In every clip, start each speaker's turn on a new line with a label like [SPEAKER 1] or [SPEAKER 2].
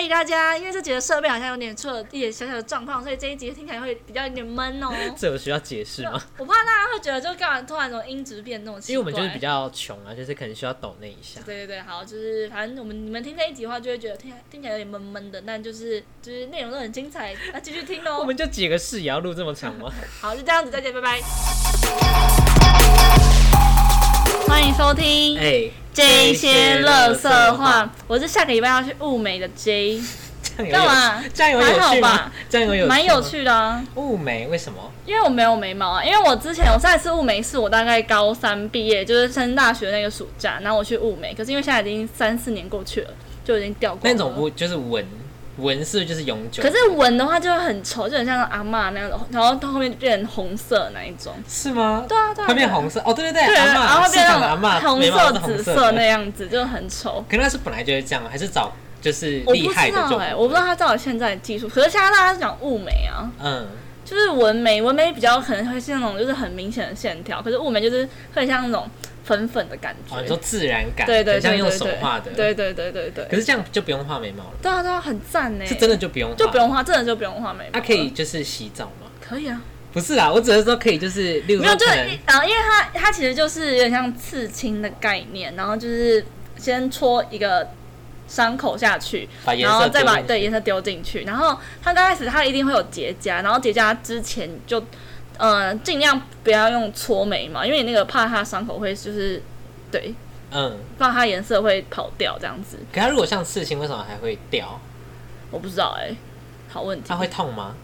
[SPEAKER 1] 迎大家，因为这集的设备好像有点出了一点小小的状况，所以这一集听起来会比较有点闷 哦。
[SPEAKER 2] 这有需要解释 吗？
[SPEAKER 1] 我怕大家会觉得，就干嘛突然怎么音质变那种奇怪。
[SPEAKER 2] 因为我们就是比较穷啊，就是可能需要抖那一下。
[SPEAKER 1] 对对对，好，就是反正我们你们听这一集的话，就会觉得听 听起来有点闷闷的，但就是就是内容都很精彩，那、继续听喽。
[SPEAKER 2] 我们就几个事也要录这么长吗？
[SPEAKER 1] 好，就这样子，再见，拜拜。欢迎收听
[SPEAKER 2] 哎，
[SPEAKER 1] 这些乐色
[SPEAKER 2] 色
[SPEAKER 1] 话，，我是下个礼拜要去雾眉的 J，
[SPEAKER 2] 酱油
[SPEAKER 1] 干嘛
[SPEAKER 2] 有酱油有
[SPEAKER 1] 还好
[SPEAKER 2] 趣吗
[SPEAKER 1] 吧？
[SPEAKER 2] 酱油有
[SPEAKER 1] 蛮
[SPEAKER 2] 吗
[SPEAKER 1] 有。趣的、啊，
[SPEAKER 2] 雾眉为什么？
[SPEAKER 1] 因为我没有眉毛啊，因为我之前我上一次雾眉是我大概高三毕业，就是升大学那个暑假，然后我去雾眉，可是因为现在已经三四年过去了，就已经掉光
[SPEAKER 2] 那
[SPEAKER 1] 了。
[SPEAKER 2] 种不就是纹纹饰就是永久？
[SPEAKER 1] 可是纹的话就会很丑，就很像阿嬷那样的，然后到后面就变成红色那一种。
[SPEAKER 2] 是吗？
[SPEAKER 1] 对啊，对啊。
[SPEAKER 2] 它变红色哦，对对对，
[SPEAKER 1] 对，啊然
[SPEAKER 2] 阿
[SPEAKER 1] 后
[SPEAKER 2] 嬷
[SPEAKER 1] 会
[SPEAKER 2] 市
[SPEAKER 1] 变
[SPEAKER 2] 场的阿
[SPEAKER 1] 那
[SPEAKER 2] 嬷
[SPEAKER 1] 种红
[SPEAKER 2] 眉毛都是
[SPEAKER 1] 紫
[SPEAKER 2] 色
[SPEAKER 1] 色
[SPEAKER 2] 的
[SPEAKER 1] 那。样子，就很丑。
[SPEAKER 2] 可能那是本来就是这样，还是找就是
[SPEAKER 1] 我
[SPEAKER 2] 厉
[SPEAKER 1] 不
[SPEAKER 2] 害
[SPEAKER 1] 知
[SPEAKER 2] 的
[SPEAKER 1] 道
[SPEAKER 2] 做
[SPEAKER 1] 哎、
[SPEAKER 2] 法
[SPEAKER 1] 我不知道他到底现在的技术。可是现在大家都讲雾眉啊，
[SPEAKER 2] 嗯，
[SPEAKER 1] 就是纹眉，纹眉比较可能会是那种就是很明显的线条，可是雾眉就是会像那种粉粉的感觉。
[SPEAKER 2] 哦，你说自然感，
[SPEAKER 1] 对对
[SPEAKER 2] 很像
[SPEAKER 1] 对
[SPEAKER 2] 用
[SPEAKER 1] 对
[SPEAKER 2] 手画的，
[SPEAKER 1] 对，对对对对对
[SPEAKER 2] 可是这样就不用画眉毛了，
[SPEAKER 1] 对啊对啊，很赞呢、啊
[SPEAKER 2] 是真的就不用，
[SPEAKER 1] 就不。用画，嗯真的就不用画眉毛了。
[SPEAKER 2] 它可以就是洗澡吗？
[SPEAKER 1] 可以啊。
[SPEAKER 2] 不是啦，我只是说可以就是，例如
[SPEAKER 1] 没有，
[SPEAKER 2] 说
[SPEAKER 1] 就
[SPEAKER 2] 可
[SPEAKER 1] 是
[SPEAKER 2] 能
[SPEAKER 1] 然后因为它它其实就是有点像刺青的概念，然后就是先戳一个伤口下去，
[SPEAKER 2] 把颜
[SPEAKER 1] 然后
[SPEAKER 2] 色
[SPEAKER 1] 再
[SPEAKER 2] 丢
[SPEAKER 1] 把
[SPEAKER 2] 进去
[SPEAKER 1] 对颜色丢进去，然后它刚开始它一定会有结痂，然后结痂之前就呃尽量不要用搓眉毛，因为你那个怕它伤口会就是对，
[SPEAKER 2] 嗯，
[SPEAKER 1] 怕它颜色会跑掉这样子，
[SPEAKER 2] 可它如果像刺青，为什么还会掉？
[SPEAKER 1] 我不知道哎、好问题
[SPEAKER 2] 它，会痛吗？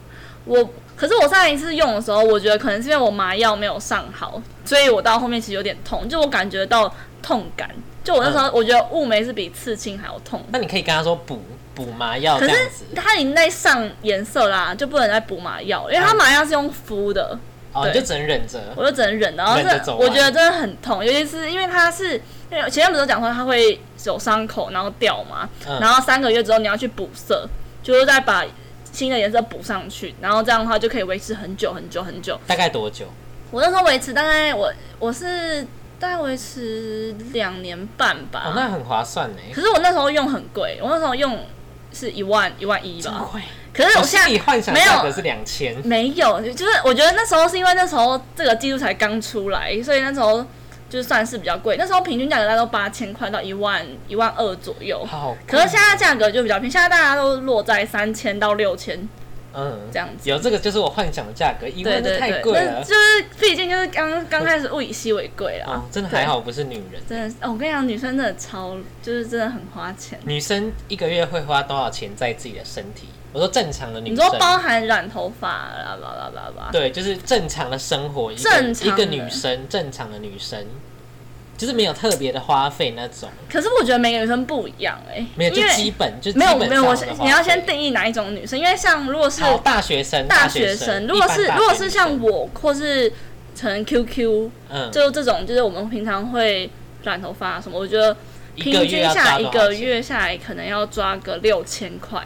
[SPEAKER 1] 我。可是我上一次用的时候，我觉得可能是因为我麻药没有上好，所以我到后面其实有点痛，就我感觉到痛感。就我那时
[SPEAKER 2] 嗯
[SPEAKER 1] 候，我觉得雾眉是比刺青还要痛。
[SPEAKER 2] 那你可以跟他说补补麻药这
[SPEAKER 1] 可
[SPEAKER 2] 样子
[SPEAKER 1] 是它已经在上颜色啦，就不能再补麻药，因为
[SPEAKER 2] 嗯
[SPEAKER 1] 它麻药是用敷的，
[SPEAKER 2] 哦，
[SPEAKER 1] 对
[SPEAKER 2] 你就只能忍着。
[SPEAKER 1] 我就只能忍。然后
[SPEAKER 2] 忍
[SPEAKER 1] 是
[SPEAKER 2] 着走完
[SPEAKER 1] 我觉得真的很痛，尤其是因为它是，因为前面不是有讲说它会有伤口然后掉嘛，
[SPEAKER 2] 嗯
[SPEAKER 1] 然后三个月之后你要去补色，就是再把新的颜色补上去，然后这样的话就可以维持很久很久很久。
[SPEAKER 2] 大概多久？
[SPEAKER 1] 我那时候维持大概我我是大概维持两年半吧，
[SPEAKER 2] 哦，那很划算呢。
[SPEAKER 1] 可是我那时候用很贵，我那时候用是一万一万一
[SPEAKER 2] 这么
[SPEAKER 1] 吧，
[SPEAKER 2] 贵？
[SPEAKER 1] 可是
[SPEAKER 2] 我
[SPEAKER 1] 我
[SPEAKER 2] 心
[SPEAKER 1] 现在
[SPEAKER 2] 里幻想
[SPEAKER 1] 没有嗯
[SPEAKER 2] 价格是两千。
[SPEAKER 1] 没有，就是我觉得那时候是因为那时候这个技术才刚出来，所以那时候就算是比较贵。那时候平均价格大概都八千块到一万一万二左右，
[SPEAKER 2] 好贵，
[SPEAKER 1] 可是现在价格就比较便宜，现在大家都落在三千到六千
[SPEAKER 2] 嗯
[SPEAKER 1] 这，样子。
[SPEAKER 2] 有这个就是我幻想的价格，一
[SPEAKER 1] 对
[SPEAKER 2] 万就
[SPEAKER 1] 对
[SPEAKER 2] 太
[SPEAKER 1] 对，
[SPEAKER 2] 贵
[SPEAKER 1] 那
[SPEAKER 2] 了。
[SPEAKER 1] 就是毕竟就是刚刚开始物以稀为贵啦。
[SPEAKER 2] 啊，真的还好不是女人。
[SPEAKER 1] 真的是，哦我跟你讲，女生真的超，就是真的很花钱。
[SPEAKER 2] 女生一个月会花多少钱在自己的身体？我说正常的女
[SPEAKER 1] 你
[SPEAKER 2] 生
[SPEAKER 1] 说，包含染头发啦啦啦啦啦，
[SPEAKER 2] 对，就是正常的生活，一个
[SPEAKER 1] 正常
[SPEAKER 2] 一
[SPEAKER 1] 的
[SPEAKER 2] 个女生正常的女生，就是没有特别的花费那种，
[SPEAKER 1] 可是我觉得每个女生不一样哎、
[SPEAKER 2] 没有就
[SPEAKER 1] 因为
[SPEAKER 2] 基本就基
[SPEAKER 1] 没
[SPEAKER 2] 本
[SPEAKER 1] 有
[SPEAKER 2] 上
[SPEAKER 1] 没有，我
[SPEAKER 2] 的花费
[SPEAKER 1] 你要先定义哪一种女生，因为像如果是
[SPEAKER 2] 好大学生，
[SPEAKER 1] 大
[SPEAKER 2] 学
[SPEAKER 1] 学生，如果
[SPEAKER 2] 一
[SPEAKER 1] 是
[SPEAKER 2] 般大
[SPEAKER 1] 如果
[SPEAKER 2] 学
[SPEAKER 1] 是
[SPEAKER 2] 女
[SPEAKER 1] 像
[SPEAKER 2] 生
[SPEAKER 1] 我或是成 QQ，
[SPEAKER 2] 嗯，
[SPEAKER 1] 就这种，就是我们平常会染头发什么，我觉得
[SPEAKER 2] 一个
[SPEAKER 1] 平
[SPEAKER 2] 月
[SPEAKER 1] 均
[SPEAKER 2] 要
[SPEAKER 1] 下
[SPEAKER 2] 抓
[SPEAKER 1] 一
[SPEAKER 2] 多少
[SPEAKER 1] 个
[SPEAKER 2] 钱
[SPEAKER 1] 月下来可能要抓个六千块，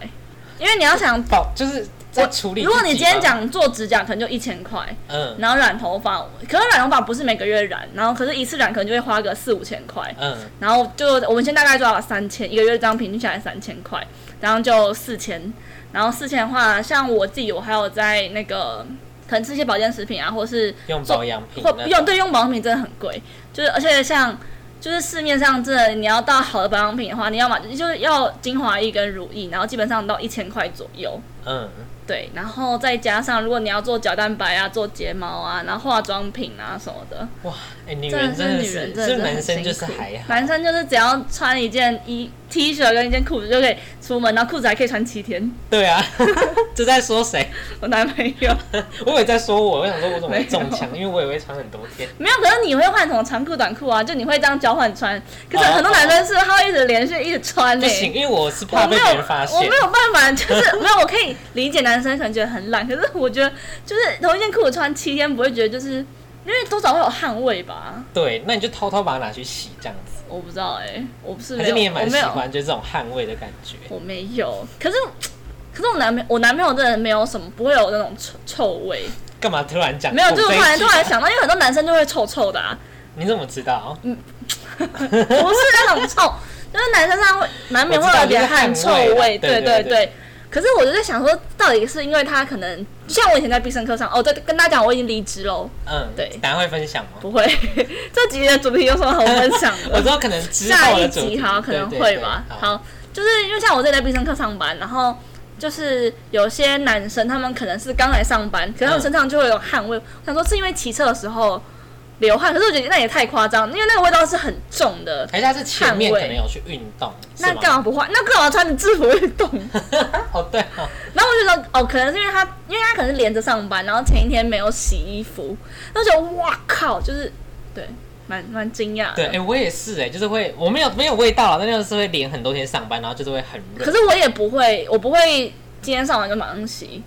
[SPEAKER 1] 因为你要想。
[SPEAKER 2] 保就是在处理。
[SPEAKER 1] 如果你今天，讲做指甲，可能就一千块，
[SPEAKER 2] 嗯
[SPEAKER 1] 然后染头发，可是染头发不是每个月染，然后可是一次染可能就会花个四五千块，
[SPEAKER 2] 嗯，
[SPEAKER 1] 然后就我们先大概抓了三千，一个月这样平均下来三千块，然后就四千，然后四千的话，像我自己我还有在那个可能吃一些保健食品啊，或是
[SPEAKER 2] 用保养品
[SPEAKER 1] 或
[SPEAKER 2] 那
[SPEAKER 1] 用对用保养品真的很贵，就是而且像就是市面上真的你要到好的保养品的话，你要么就是要精华液跟乳液，然后基本上到一千块左右。
[SPEAKER 2] 嗯，
[SPEAKER 1] 对，然后再加上如果你要做角蛋白啊、做睫毛啊、然后化妆品啊什么的，
[SPEAKER 2] 哇，哎，女
[SPEAKER 1] 真
[SPEAKER 2] 人
[SPEAKER 1] 的
[SPEAKER 2] 真
[SPEAKER 1] 是
[SPEAKER 2] 的
[SPEAKER 1] 女人，真
[SPEAKER 2] 是，
[SPEAKER 1] 的
[SPEAKER 2] 是
[SPEAKER 1] 是
[SPEAKER 2] 男
[SPEAKER 1] 很
[SPEAKER 2] 生
[SPEAKER 1] 辛
[SPEAKER 2] 就是
[SPEAKER 1] 苦
[SPEAKER 2] 还好，
[SPEAKER 1] 男生就是只要穿一件衣 T 恤跟一件裤子就可以出门，然后裤子还可以穿七天。
[SPEAKER 2] 对啊， 这在说谁？
[SPEAKER 1] 我男朋友
[SPEAKER 2] 我以为在说我，我想说我怎么会
[SPEAKER 1] 没有
[SPEAKER 2] 中枪，因为我也会穿很多天。
[SPEAKER 1] 没有，可是你会换什么长裤、短裤啊？就你会这样交换穿。可是
[SPEAKER 2] 哦
[SPEAKER 1] 很多男生是他会一直连续一直穿
[SPEAKER 2] 不
[SPEAKER 1] 呢、
[SPEAKER 2] 行，因为我是
[SPEAKER 1] 我
[SPEAKER 2] 怕
[SPEAKER 1] 没
[SPEAKER 2] 被
[SPEAKER 1] 有
[SPEAKER 2] 别人发，
[SPEAKER 1] 我
[SPEAKER 2] 现
[SPEAKER 1] 没。有办法， 就是没有，我可以理解男生可能觉得很懒，可是我觉得就是同一件裤子穿七天，不会觉得就是因为多少会有汗味吧？
[SPEAKER 2] 对，那你就偷偷把它拿去洗，这样子。
[SPEAKER 1] 我不知道哎、我不是没
[SPEAKER 2] 还是
[SPEAKER 1] 有，
[SPEAKER 2] 你也
[SPEAKER 1] 我
[SPEAKER 2] 蛮
[SPEAKER 1] 没
[SPEAKER 2] 喜
[SPEAKER 1] 有，
[SPEAKER 2] 欢，就是这种汗味的感觉。
[SPEAKER 1] 我没有，可是可是我男朋我男朋友真的没有什么不会有那种臭臭味，
[SPEAKER 2] 干嘛突然讲？
[SPEAKER 1] 没有，就是
[SPEAKER 2] 我
[SPEAKER 1] 突然
[SPEAKER 2] 这
[SPEAKER 1] 突
[SPEAKER 2] 一集
[SPEAKER 1] 然想到，因为很啊 多男生就会臭臭的、啊，
[SPEAKER 2] 你怎么知道？
[SPEAKER 1] 不是那种臭，就是男生上会难免会有点汗臭味，
[SPEAKER 2] 我知道就是汗味啊
[SPEAKER 1] 对
[SPEAKER 2] 对对对
[SPEAKER 1] 可是我就在想说，到底是因为他可能，就像我以前在必胜课上，哦，对，跟大家讲我已经离职喽，
[SPEAKER 2] 嗯，
[SPEAKER 1] 对
[SPEAKER 2] 大家会分享吗？
[SPEAKER 1] 不会， 这集的主题有什么好分享
[SPEAKER 2] 我
[SPEAKER 1] 的
[SPEAKER 2] 知？道可能之
[SPEAKER 1] 嗯下
[SPEAKER 2] 后
[SPEAKER 1] 一
[SPEAKER 2] 的主
[SPEAKER 1] 集
[SPEAKER 2] 题
[SPEAKER 1] 好可能
[SPEAKER 2] 对对
[SPEAKER 1] 会
[SPEAKER 2] 对
[SPEAKER 1] 吧。
[SPEAKER 2] 好，
[SPEAKER 1] 好，就是因为像我自己在必胜课上班，然后就是有些男生他们可能是刚来上班，可是他们
[SPEAKER 2] 嗯
[SPEAKER 1] 身上就会有汗味。我想说是因为骑车的时候流汗，可是我觉得那也太夸张，因为那个味道是很重的。
[SPEAKER 2] 而且他是前面
[SPEAKER 1] 汗
[SPEAKER 2] 可
[SPEAKER 1] 味
[SPEAKER 2] 能有去运动，
[SPEAKER 1] 那
[SPEAKER 2] 是吗
[SPEAKER 1] 干嘛不换？那干嘛穿着制服运动？
[SPEAKER 2] 哦，对哦，
[SPEAKER 1] 然后我就觉得，哦，可能是因为他，因为他可能是连着上班，然后前一天没有洗衣服，那我就觉得哇靠，就是对，蛮蛮惊讶的。
[SPEAKER 2] 对，哎、我也是、哎，就是会，我没有没有味道了，但就是会连很多天上班，然后就是会很热
[SPEAKER 1] 可，是我也不会，我不会今天上完就马上洗，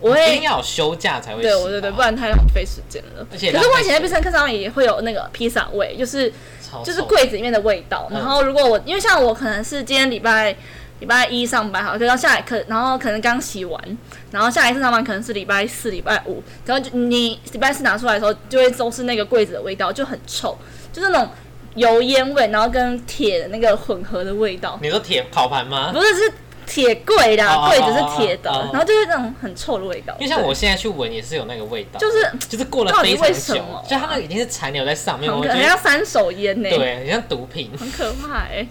[SPEAKER 1] 我
[SPEAKER 2] 一
[SPEAKER 1] 会
[SPEAKER 2] 定要有休假才会洗
[SPEAKER 1] 对
[SPEAKER 2] 吧。
[SPEAKER 1] 我对对，不然太浪费时间了。
[SPEAKER 2] 而且
[SPEAKER 1] 可是我以前在
[SPEAKER 2] 浪
[SPEAKER 1] 必
[SPEAKER 2] 费时间
[SPEAKER 1] 胜客上面也会有那个披萨味，就是
[SPEAKER 2] 超
[SPEAKER 1] 就是
[SPEAKER 2] 臭
[SPEAKER 1] 柜子里面的味道。
[SPEAKER 2] 哦嗯
[SPEAKER 1] 然后如果我因为像我可能是今天礼拜礼拜一上班好，可到下来可然后可能刚洗完，然后下一次上班可能是礼拜四、礼拜五，然后就你礼拜四拿出来的时候，就会都是那个柜子的味道，就很臭，就那种油烟味，然后跟铁的那个混合的味道。
[SPEAKER 2] 你说铁烤盘吗？
[SPEAKER 1] 不是是铁柜的
[SPEAKER 2] 哦哦
[SPEAKER 1] 啊，柜子是铁的
[SPEAKER 2] 哦哦哦，
[SPEAKER 1] 然后就是那种很臭的味道。
[SPEAKER 2] 因为像我现在去闻也是有那个味道，
[SPEAKER 1] 对就是
[SPEAKER 2] 就是过了
[SPEAKER 1] 到底
[SPEAKER 2] 非常
[SPEAKER 1] 为
[SPEAKER 2] 久
[SPEAKER 1] 什么啊，
[SPEAKER 2] 就它那个已经是残留在上面，
[SPEAKER 1] 很
[SPEAKER 2] 我
[SPEAKER 1] 可
[SPEAKER 2] 觉
[SPEAKER 1] 很
[SPEAKER 2] 得
[SPEAKER 1] 像三手烟呢，
[SPEAKER 2] 对，哦很像毒品。
[SPEAKER 1] 很可怕哎。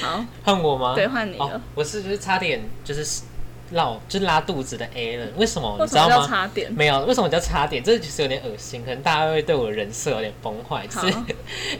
[SPEAKER 1] 好，
[SPEAKER 2] 换我吗？
[SPEAKER 1] 对换你
[SPEAKER 2] 哦
[SPEAKER 1] 了，
[SPEAKER 2] 我是就是差点就是绕就是拉肚子的 A 了，为什么
[SPEAKER 1] 为
[SPEAKER 2] 你知
[SPEAKER 1] 什么
[SPEAKER 2] 道
[SPEAKER 1] 叫
[SPEAKER 2] 吗？
[SPEAKER 1] 茶点？
[SPEAKER 2] 没有，为什么叫差点？这其实有点恶心，可能大家会对我的人设有点崩坏，就是
[SPEAKER 1] 好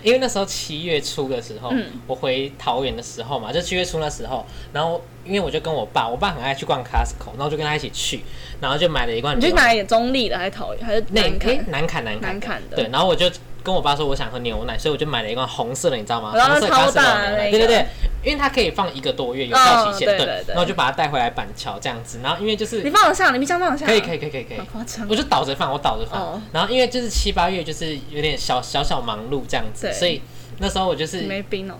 [SPEAKER 2] 因为那时候七月初的时候，
[SPEAKER 1] 嗯
[SPEAKER 2] 我回桃园的时候嘛，就七月初那时候，然后因为我就跟我爸，我爸很爱去逛 Costco，然后就跟他一起去，然后就买了一罐
[SPEAKER 1] 你去
[SPEAKER 2] 牛
[SPEAKER 1] 买点中立的还是桃园还是
[SPEAKER 2] 那
[SPEAKER 1] 南
[SPEAKER 2] 诶
[SPEAKER 1] 开？
[SPEAKER 2] 南坎南坎
[SPEAKER 1] 南坎的
[SPEAKER 2] 对，然后我就跟我爸说我想喝牛奶，所以我就买了一罐红色的，你知道吗？
[SPEAKER 1] 然后
[SPEAKER 2] 红色
[SPEAKER 1] 超
[SPEAKER 2] Costco 的
[SPEAKER 1] 大的
[SPEAKER 2] 牛奶
[SPEAKER 1] 那
[SPEAKER 2] 对对
[SPEAKER 1] 个
[SPEAKER 2] 对，因为它可以放一个多月，有效期限，
[SPEAKER 1] 哦对对对
[SPEAKER 2] 然后我就把它带回来板桥这样子，然后因为就是
[SPEAKER 1] 你放得下，你冰箱放得下？
[SPEAKER 2] 可以可以可以可以可以
[SPEAKER 1] 好，夸张
[SPEAKER 2] 我。就倒着放，我倒着放。
[SPEAKER 1] 哦
[SPEAKER 2] 然后因为就是七八月就是有点小小小忙碌这样子，
[SPEAKER 1] 对
[SPEAKER 2] 所以那时候我就是
[SPEAKER 1] 没冰哦，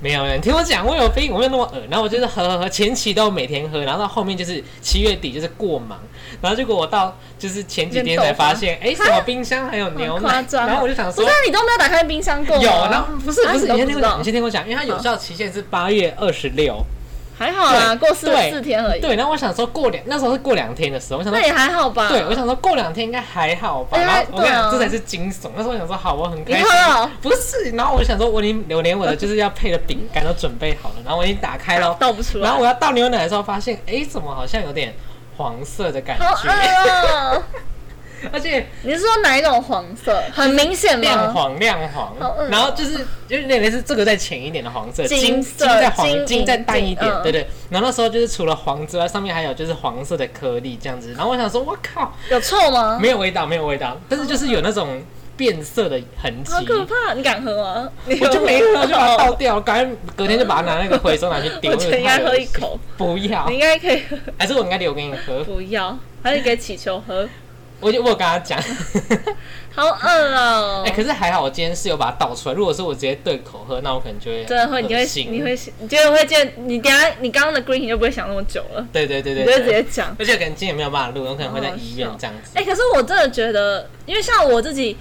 [SPEAKER 2] 没有人听我讲，我有病，我没有那么恶。然后我就是喝喝喝，前期都每天喝，然后到后面就是七月底就是过忙，然后结果我到就是前几天才发现，哎、什么冰箱还有牛
[SPEAKER 1] 好夸
[SPEAKER 2] 奶，
[SPEAKER 1] 张哦
[SPEAKER 2] 然后我就想
[SPEAKER 1] 不
[SPEAKER 2] 说
[SPEAKER 1] 是啊。你都没有打开冰箱过吗？
[SPEAKER 2] 有，然后不是
[SPEAKER 1] 啊
[SPEAKER 2] 不是，
[SPEAKER 1] 你都
[SPEAKER 2] 你先
[SPEAKER 1] 不知
[SPEAKER 2] 听我讲，
[SPEAKER 1] 道
[SPEAKER 2] 你，先听我讲，因为它有效期限是八月二十六，
[SPEAKER 1] 还好啦，
[SPEAKER 2] 对
[SPEAKER 1] 过四
[SPEAKER 2] 对
[SPEAKER 1] 四天而已，
[SPEAKER 2] 对。然后我想说过两，那时候是过两天的时候，我想
[SPEAKER 1] 那
[SPEAKER 2] 说
[SPEAKER 1] 也还好吧。
[SPEAKER 2] 对，我想说过两天应该还好吧。
[SPEAKER 1] 啊哎
[SPEAKER 2] 然后我跟你
[SPEAKER 1] 对
[SPEAKER 2] 讲，
[SPEAKER 1] 啊
[SPEAKER 2] 这才是惊悚。那时候我想说，好，我很
[SPEAKER 1] 你
[SPEAKER 2] 开心
[SPEAKER 1] 喝。了，
[SPEAKER 2] 不是，然后我想说，我已经我连我的就是要配的饼干都准备好了，然后我已经打开了，
[SPEAKER 1] 倒不出来，
[SPEAKER 2] 然后我要倒牛奶的时候，发现哎，怎么好像有点黄色的感
[SPEAKER 1] 好
[SPEAKER 2] 觉，
[SPEAKER 1] 饿哦。
[SPEAKER 2] 而且
[SPEAKER 1] 你是说哪一种黄色？很明显吗？
[SPEAKER 2] 亮黄亮黄
[SPEAKER 1] 嗯好饿，
[SPEAKER 2] 然后就是有点类似这个再浅一点的黄色，
[SPEAKER 1] 金
[SPEAKER 2] 金
[SPEAKER 1] 色
[SPEAKER 2] 再黄
[SPEAKER 1] 金银
[SPEAKER 2] 金再淡一点
[SPEAKER 1] 嗯，
[SPEAKER 2] 对对。然后那时候就是除了黄之外，上面还有就是黄色的颗粒这样子，然后我想说，我靠，
[SPEAKER 1] 有臭吗？
[SPEAKER 2] 没有味道，没有味道，但是就是有那种变色的痕迹
[SPEAKER 1] 好。可怕！你敢喝吗？
[SPEAKER 2] 我
[SPEAKER 1] 我
[SPEAKER 2] 就没喝，就 把它倒掉，赶紧隔天就把它拿那个回收拿去丢。
[SPEAKER 1] 我觉得应该喝一口，
[SPEAKER 2] 不要
[SPEAKER 1] 你，应嗯该可以喝。
[SPEAKER 2] 还是我应该留给你喝？
[SPEAKER 1] 不要，还是给祈求喝。
[SPEAKER 2] 我就我有跟他讲，
[SPEAKER 1] 嗯
[SPEAKER 2] 哎
[SPEAKER 1] 好饿哦！
[SPEAKER 2] 哎，可是还好我今天是有把它倒出来。如果是我直接对口喝，那我可能就会
[SPEAKER 1] 真的会，你会
[SPEAKER 2] 恶，心
[SPEAKER 1] 你会，你觉得会见你等一下，你刚刚的 green 你就不会想那么久了，
[SPEAKER 2] 对对对
[SPEAKER 1] 你
[SPEAKER 2] 对
[SPEAKER 1] 就会
[SPEAKER 2] 对，
[SPEAKER 1] 直接讲。
[SPEAKER 2] 而且可能今天也没有办法录，我可能会在医院
[SPEAKER 1] 好好笑
[SPEAKER 2] 这样子。
[SPEAKER 1] 哎、可是我真的觉得，因为像我自己，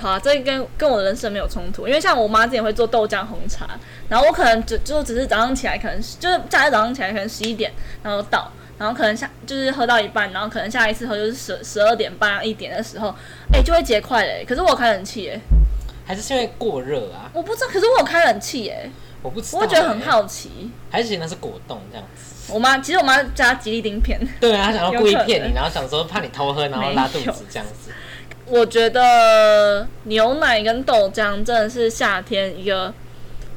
[SPEAKER 1] 好、啊，这跟跟我的人生没有冲突。因为像我妈之前会做豆浆红茶，然后我可能只就只是早上起来，可能是就是假日早上起来可能十一点，然后到，然后可能下就是喝到一半，然后可能下一次喝就是十十二点半一点的时候，哎、就会结块嘞、可是我有开冷气哎、
[SPEAKER 2] 还是是因为过热啊？
[SPEAKER 1] 我不知道，可是我有开冷气哎、
[SPEAKER 2] 我不知道，
[SPEAKER 1] 我会觉得很
[SPEAKER 2] 哎，
[SPEAKER 1] 好奇。
[SPEAKER 2] 还是那是果冻这样子？
[SPEAKER 1] 我妈其实我妈加吉利丁片，
[SPEAKER 2] 对啊，他想要故意
[SPEAKER 1] 有可能
[SPEAKER 2] 骗你，然后想说怕你偷喝，然后拉肚
[SPEAKER 1] 没有
[SPEAKER 2] 子这样子。
[SPEAKER 1] 我觉得牛奶跟豆浆真的是夏天一个，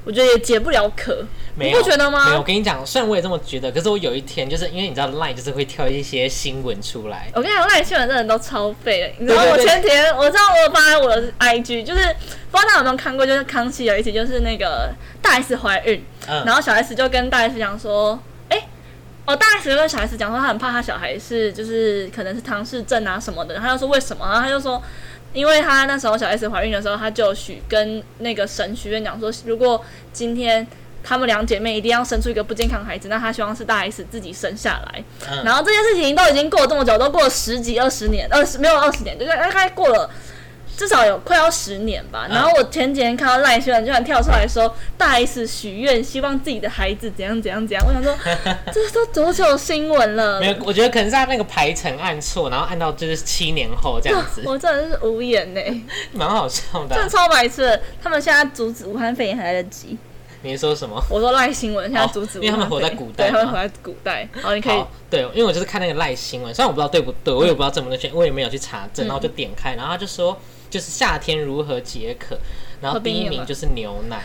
[SPEAKER 1] 我觉得也解不了渴。
[SPEAKER 2] 没
[SPEAKER 1] 你
[SPEAKER 2] 有
[SPEAKER 1] 不觉得吗
[SPEAKER 2] 没有，我跟你讲，虽然我也这么觉得，可是我有一天就是因为你知道，Line 就是会跳一些新闻出来，
[SPEAKER 1] 我跟你讲，赖新闻真的都超废的。你知道
[SPEAKER 2] 对对
[SPEAKER 1] 我
[SPEAKER 2] 对
[SPEAKER 1] 前几天，我知道我有发在我的 IG，就是不知道大家有没有看过，就是康熙有一集，就是那个大 S 怀孕，
[SPEAKER 2] 嗯，
[SPEAKER 1] 然后小 S 就跟大 S 讲说，哎、哦，大 S 就跟小 S 讲说，她很怕她小孩是就是可能是唐氏症啊什么的，她就说为什么？然后她就说，因为她那时候小 S 怀孕的时候，她就许跟那个神许愿讲说，如果今天她们两姐妹一定要生出一个不健康孩子，那她希望是大 S 自己生下来。
[SPEAKER 2] 嗯
[SPEAKER 1] 然后这件事情都已经过了这么久，都过了十几二十年，二十没有二十年，就是大概过了至少有快要十年吧。
[SPEAKER 2] 嗯
[SPEAKER 1] 然后我前几天看到赖希然居然跳出来说大 S 许愿，希望自己的孩子怎样怎样怎样。我想说，这都多久新闻了
[SPEAKER 2] 没？有，我觉得可能是他那个排程按错，然后按到就是七年后这样子，
[SPEAKER 1] 我真的是无言呢、
[SPEAKER 2] 蛮好笑的
[SPEAKER 1] 真
[SPEAKER 2] 啊、
[SPEAKER 1] 的超白痴的。他们现在阻止武汉肺炎还来得及。
[SPEAKER 2] 你说什么？
[SPEAKER 1] 我说赖新闻现在阻止武汉
[SPEAKER 2] 哦
[SPEAKER 1] 肺炎、
[SPEAKER 2] 因为他们活在古
[SPEAKER 1] 对，
[SPEAKER 2] 代
[SPEAKER 1] 他们
[SPEAKER 2] 嘛
[SPEAKER 1] 活在古代。好，你可以嗯
[SPEAKER 2] 好，对，因为我就是看那个赖新闻，虽然我不知道对不对，我也不知道正不正确，我也没有去查证，然后就点开，然后他就说就是夏天如何解渴，然后
[SPEAKER 1] 喝
[SPEAKER 2] 第
[SPEAKER 1] 冰
[SPEAKER 2] 一
[SPEAKER 1] 饮
[SPEAKER 2] 名
[SPEAKER 1] 吗
[SPEAKER 2] 就是牛奶。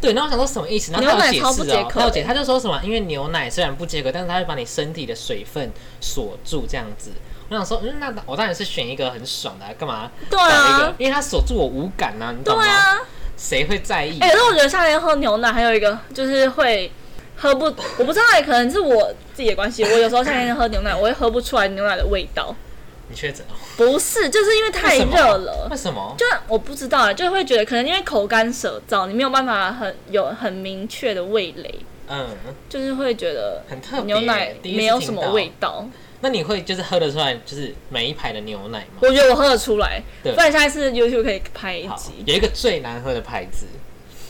[SPEAKER 2] 对，然后我想说什么意思？然后
[SPEAKER 1] 牛奶
[SPEAKER 2] 他有解
[SPEAKER 1] 超不
[SPEAKER 2] 释
[SPEAKER 1] 解
[SPEAKER 2] 哦，
[SPEAKER 1] 渴
[SPEAKER 2] 他有
[SPEAKER 1] 的欸
[SPEAKER 2] 解，他就说什么，因为牛奶虽然不解渴，但是它会把你身体的水分锁住这样子。我想说，嗯，那我当然是选一个很爽的、啊，干嘛
[SPEAKER 1] 对
[SPEAKER 2] 找一个
[SPEAKER 1] 啊？，
[SPEAKER 2] 因为它锁住我五感啊，你
[SPEAKER 1] 对
[SPEAKER 2] 懂吗？
[SPEAKER 1] 啊。
[SPEAKER 2] 谁会在意？
[SPEAKER 1] 哎、欸，那我觉得夏天喝牛奶还有一个就是会喝不，我不知道、欸，可能是我自己的关系。我有时候夏天喝牛奶，我会喝不出来牛奶的味道，
[SPEAKER 2] 你确诊了？
[SPEAKER 1] 不是，就是因为太
[SPEAKER 2] 为什么
[SPEAKER 1] 热了
[SPEAKER 2] 为。什么？
[SPEAKER 1] 就我不知道啊，就会觉得可能因为口干舌燥，你没有办法很有很明确的味蕾，
[SPEAKER 2] 嗯，
[SPEAKER 1] 就是会觉得
[SPEAKER 2] 很特别。
[SPEAKER 1] 牛奶
[SPEAKER 2] 第一次
[SPEAKER 1] 没有
[SPEAKER 2] 听
[SPEAKER 1] 什么
[SPEAKER 2] 到
[SPEAKER 1] 味道。
[SPEAKER 2] 那你会就是喝得出来，就是每一排的牛奶吗？
[SPEAKER 1] 我觉得我喝得出来，
[SPEAKER 2] 对
[SPEAKER 1] 不然下一次 YouTube 可以拍一
[SPEAKER 2] 好
[SPEAKER 1] 集。
[SPEAKER 2] 有一个最难喝的牌子，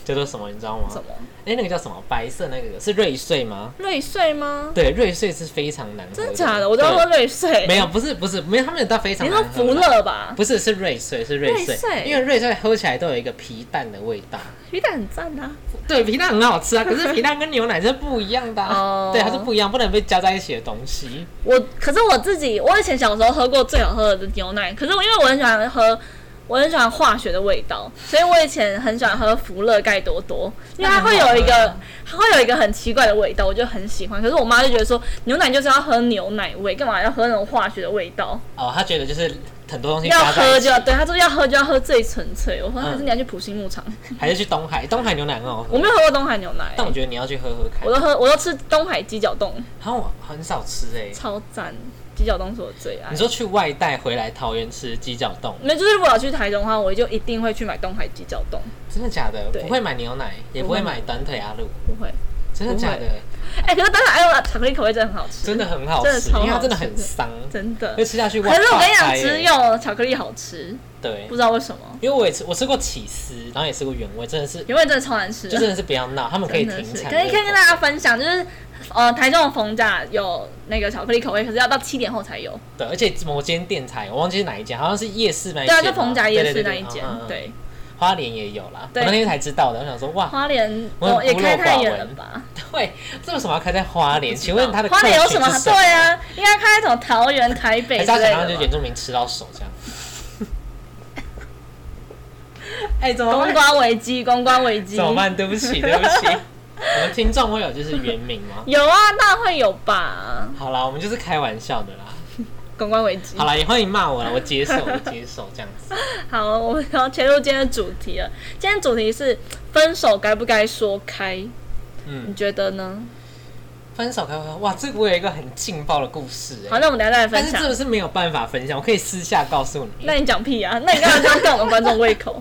[SPEAKER 2] 叫做什么？你知道吗？
[SPEAKER 1] 什么
[SPEAKER 2] 哎、那个叫什么？白色那个是瑞穗吗？
[SPEAKER 1] 瑞穗吗？
[SPEAKER 2] 对，瑞穗是非常难喝
[SPEAKER 1] 哦真的假的？我都要
[SPEAKER 2] 对
[SPEAKER 1] 喝瑞穗。
[SPEAKER 2] 没有，不是不是，没有，他们有到非常
[SPEAKER 1] 你
[SPEAKER 2] 难
[SPEAKER 1] 说
[SPEAKER 2] 喝
[SPEAKER 1] 福
[SPEAKER 2] 啦，
[SPEAKER 1] 乐吧？
[SPEAKER 2] 不是是瑞穗，是瑞穗
[SPEAKER 1] 瑞，穗
[SPEAKER 2] 因为瑞穗喝起来都有一个皮蛋的味道。
[SPEAKER 1] 鱼蛋很赞啊！
[SPEAKER 2] 对，皮蛋很好 吃啊，可是皮蛋跟牛奶是不一样的、啊
[SPEAKER 1] 哦，
[SPEAKER 2] 对，它是不一样，不能被加在一起的东西。
[SPEAKER 1] 我可是我自己，我以前小时候喝过最好喝的牛奶，可是我因为我很喜欢喝，我很喜欢化学的味道，所以我以前很喜欢喝福乐盖多多，因为它会有一
[SPEAKER 2] 那很
[SPEAKER 1] 个它会有一个很奇怪的味道，我就很喜欢。可是我妈就觉得说，牛奶就是要喝牛奶味，干嘛要喝那种化学的味道？
[SPEAKER 2] 哦，他觉得就是很多东西
[SPEAKER 1] 要
[SPEAKER 2] 加在
[SPEAKER 1] 喝
[SPEAKER 2] 一起
[SPEAKER 1] 就，要对，她说要喝就要喝最纯粹。我说还是
[SPEAKER 2] 嗯
[SPEAKER 1] 你要去普星牧场，
[SPEAKER 2] 还是去东海，东海牛奶很好喝。
[SPEAKER 1] 我没有喝过东海牛奶、
[SPEAKER 2] 但我觉得你要去喝喝看
[SPEAKER 1] 我。都喝，我都吃东海鸡脚冻，
[SPEAKER 2] 好像我很少吃哎、
[SPEAKER 1] 超赞！鸡脚冻是我最爱
[SPEAKER 2] 你。说去外带回来桃园吃鸡脚冻，
[SPEAKER 1] 没，就是如果要去台中的话，我就一定会去买东海鸡脚冻，
[SPEAKER 2] 真的假的？
[SPEAKER 1] 对
[SPEAKER 2] 不会买牛奶，也不
[SPEAKER 1] 不会
[SPEAKER 2] 会买短腿阿鲁，
[SPEAKER 1] 不会。
[SPEAKER 2] 真的假的？
[SPEAKER 1] 哎、可是东海哎，巧克力口味真的很好吃，
[SPEAKER 2] 真的很好
[SPEAKER 1] 真的
[SPEAKER 2] 吃，
[SPEAKER 1] 超
[SPEAKER 2] 因为它
[SPEAKER 1] 好
[SPEAKER 2] 真
[SPEAKER 1] 吃
[SPEAKER 2] 的很伤，
[SPEAKER 1] 真的
[SPEAKER 2] 会。吃下去哇。
[SPEAKER 1] 可是我跟你
[SPEAKER 2] 爆
[SPEAKER 1] 讲，
[SPEAKER 2] 开
[SPEAKER 1] 只
[SPEAKER 2] 欸
[SPEAKER 1] 有巧克力好吃，
[SPEAKER 2] 对
[SPEAKER 1] 不，知道为什么，
[SPEAKER 2] 因为我也吃，我吃过起司，然后也吃过原味，真的是
[SPEAKER 1] 原味真的超难吃的
[SPEAKER 2] 就真的是不要闹，他们可以
[SPEAKER 1] 真的
[SPEAKER 2] 停
[SPEAKER 1] 是。
[SPEAKER 2] 产。
[SPEAKER 1] 可以啊可以跟大家分享，就是呃，台中的逢甲有那个巧克力口味，可是要到七点后才有。
[SPEAKER 2] 对，而且某间店才有，我忘记是哪一家，好像是夜市那一
[SPEAKER 1] 对
[SPEAKER 2] 间
[SPEAKER 1] 啊，
[SPEAKER 2] 嘛。
[SPEAKER 1] 就逢甲夜市
[SPEAKER 2] 对
[SPEAKER 1] 那一间，，
[SPEAKER 2] 嗯嗯
[SPEAKER 1] 对，
[SPEAKER 2] 嗯花莲也有啦。我
[SPEAKER 1] 对
[SPEAKER 2] 那天才知道的，我想说哇，
[SPEAKER 1] 花莲
[SPEAKER 2] 我很
[SPEAKER 1] 哦也
[SPEAKER 2] 孤陋
[SPEAKER 1] 开太
[SPEAKER 2] 寡
[SPEAKER 1] 远
[SPEAKER 2] 闻
[SPEAKER 1] 了吧？
[SPEAKER 2] 对，这为什么要开在花莲？请问它的
[SPEAKER 1] 花莲
[SPEAKER 2] 客
[SPEAKER 1] 有什
[SPEAKER 2] 群
[SPEAKER 1] 么
[SPEAKER 2] 是
[SPEAKER 1] 好？对啊，应该开从桃园、台北
[SPEAKER 2] 还
[SPEAKER 1] 之
[SPEAKER 2] 是他
[SPEAKER 1] 类
[SPEAKER 2] 想让就
[SPEAKER 1] 的
[SPEAKER 2] 原
[SPEAKER 1] 吧。
[SPEAKER 2] 住民吃到手 这样？哎、怎么
[SPEAKER 1] 公
[SPEAKER 2] 办？
[SPEAKER 1] 关危机，公关危机
[SPEAKER 2] 怎。么办？对不 起，对不起，我们听众会有就是原名吗？
[SPEAKER 1] 有啊，那会有吧？
[SPEAKER 2] 好啦，我们就是开玩笑的
[SPEAKER 1] 嗯
[SPEAKER 2] 啦。
[SPEAKER 1] 公关危机
[SPEAKER 2] 好。啦，也欢迎骂我啦，我接受，我接受这样子。
[SPEAKER 1] 好，我们要切入今天的主题了。今天主题是分手该不该说开？你
[SPEAKER 2] 嗯，
[SPEAKER 1] 觉得呢？
[SPEAKER 2] 分手开不开哇，这个我有一个很劲爆的故事哎、
[SPEAKER 1] 好，那我们等一下再来
[SPEAKER 2] 但
[SPEAKER 1] 分
[SPEAKER 2] 是
[SPEAKER 1] 享
[SPEAKER 2] 这。个是没有办法分享，我可以私下告诉你。
[SPEAKER 1] 那你讲屁啊？那你刚刚就吊我们观众胃 口。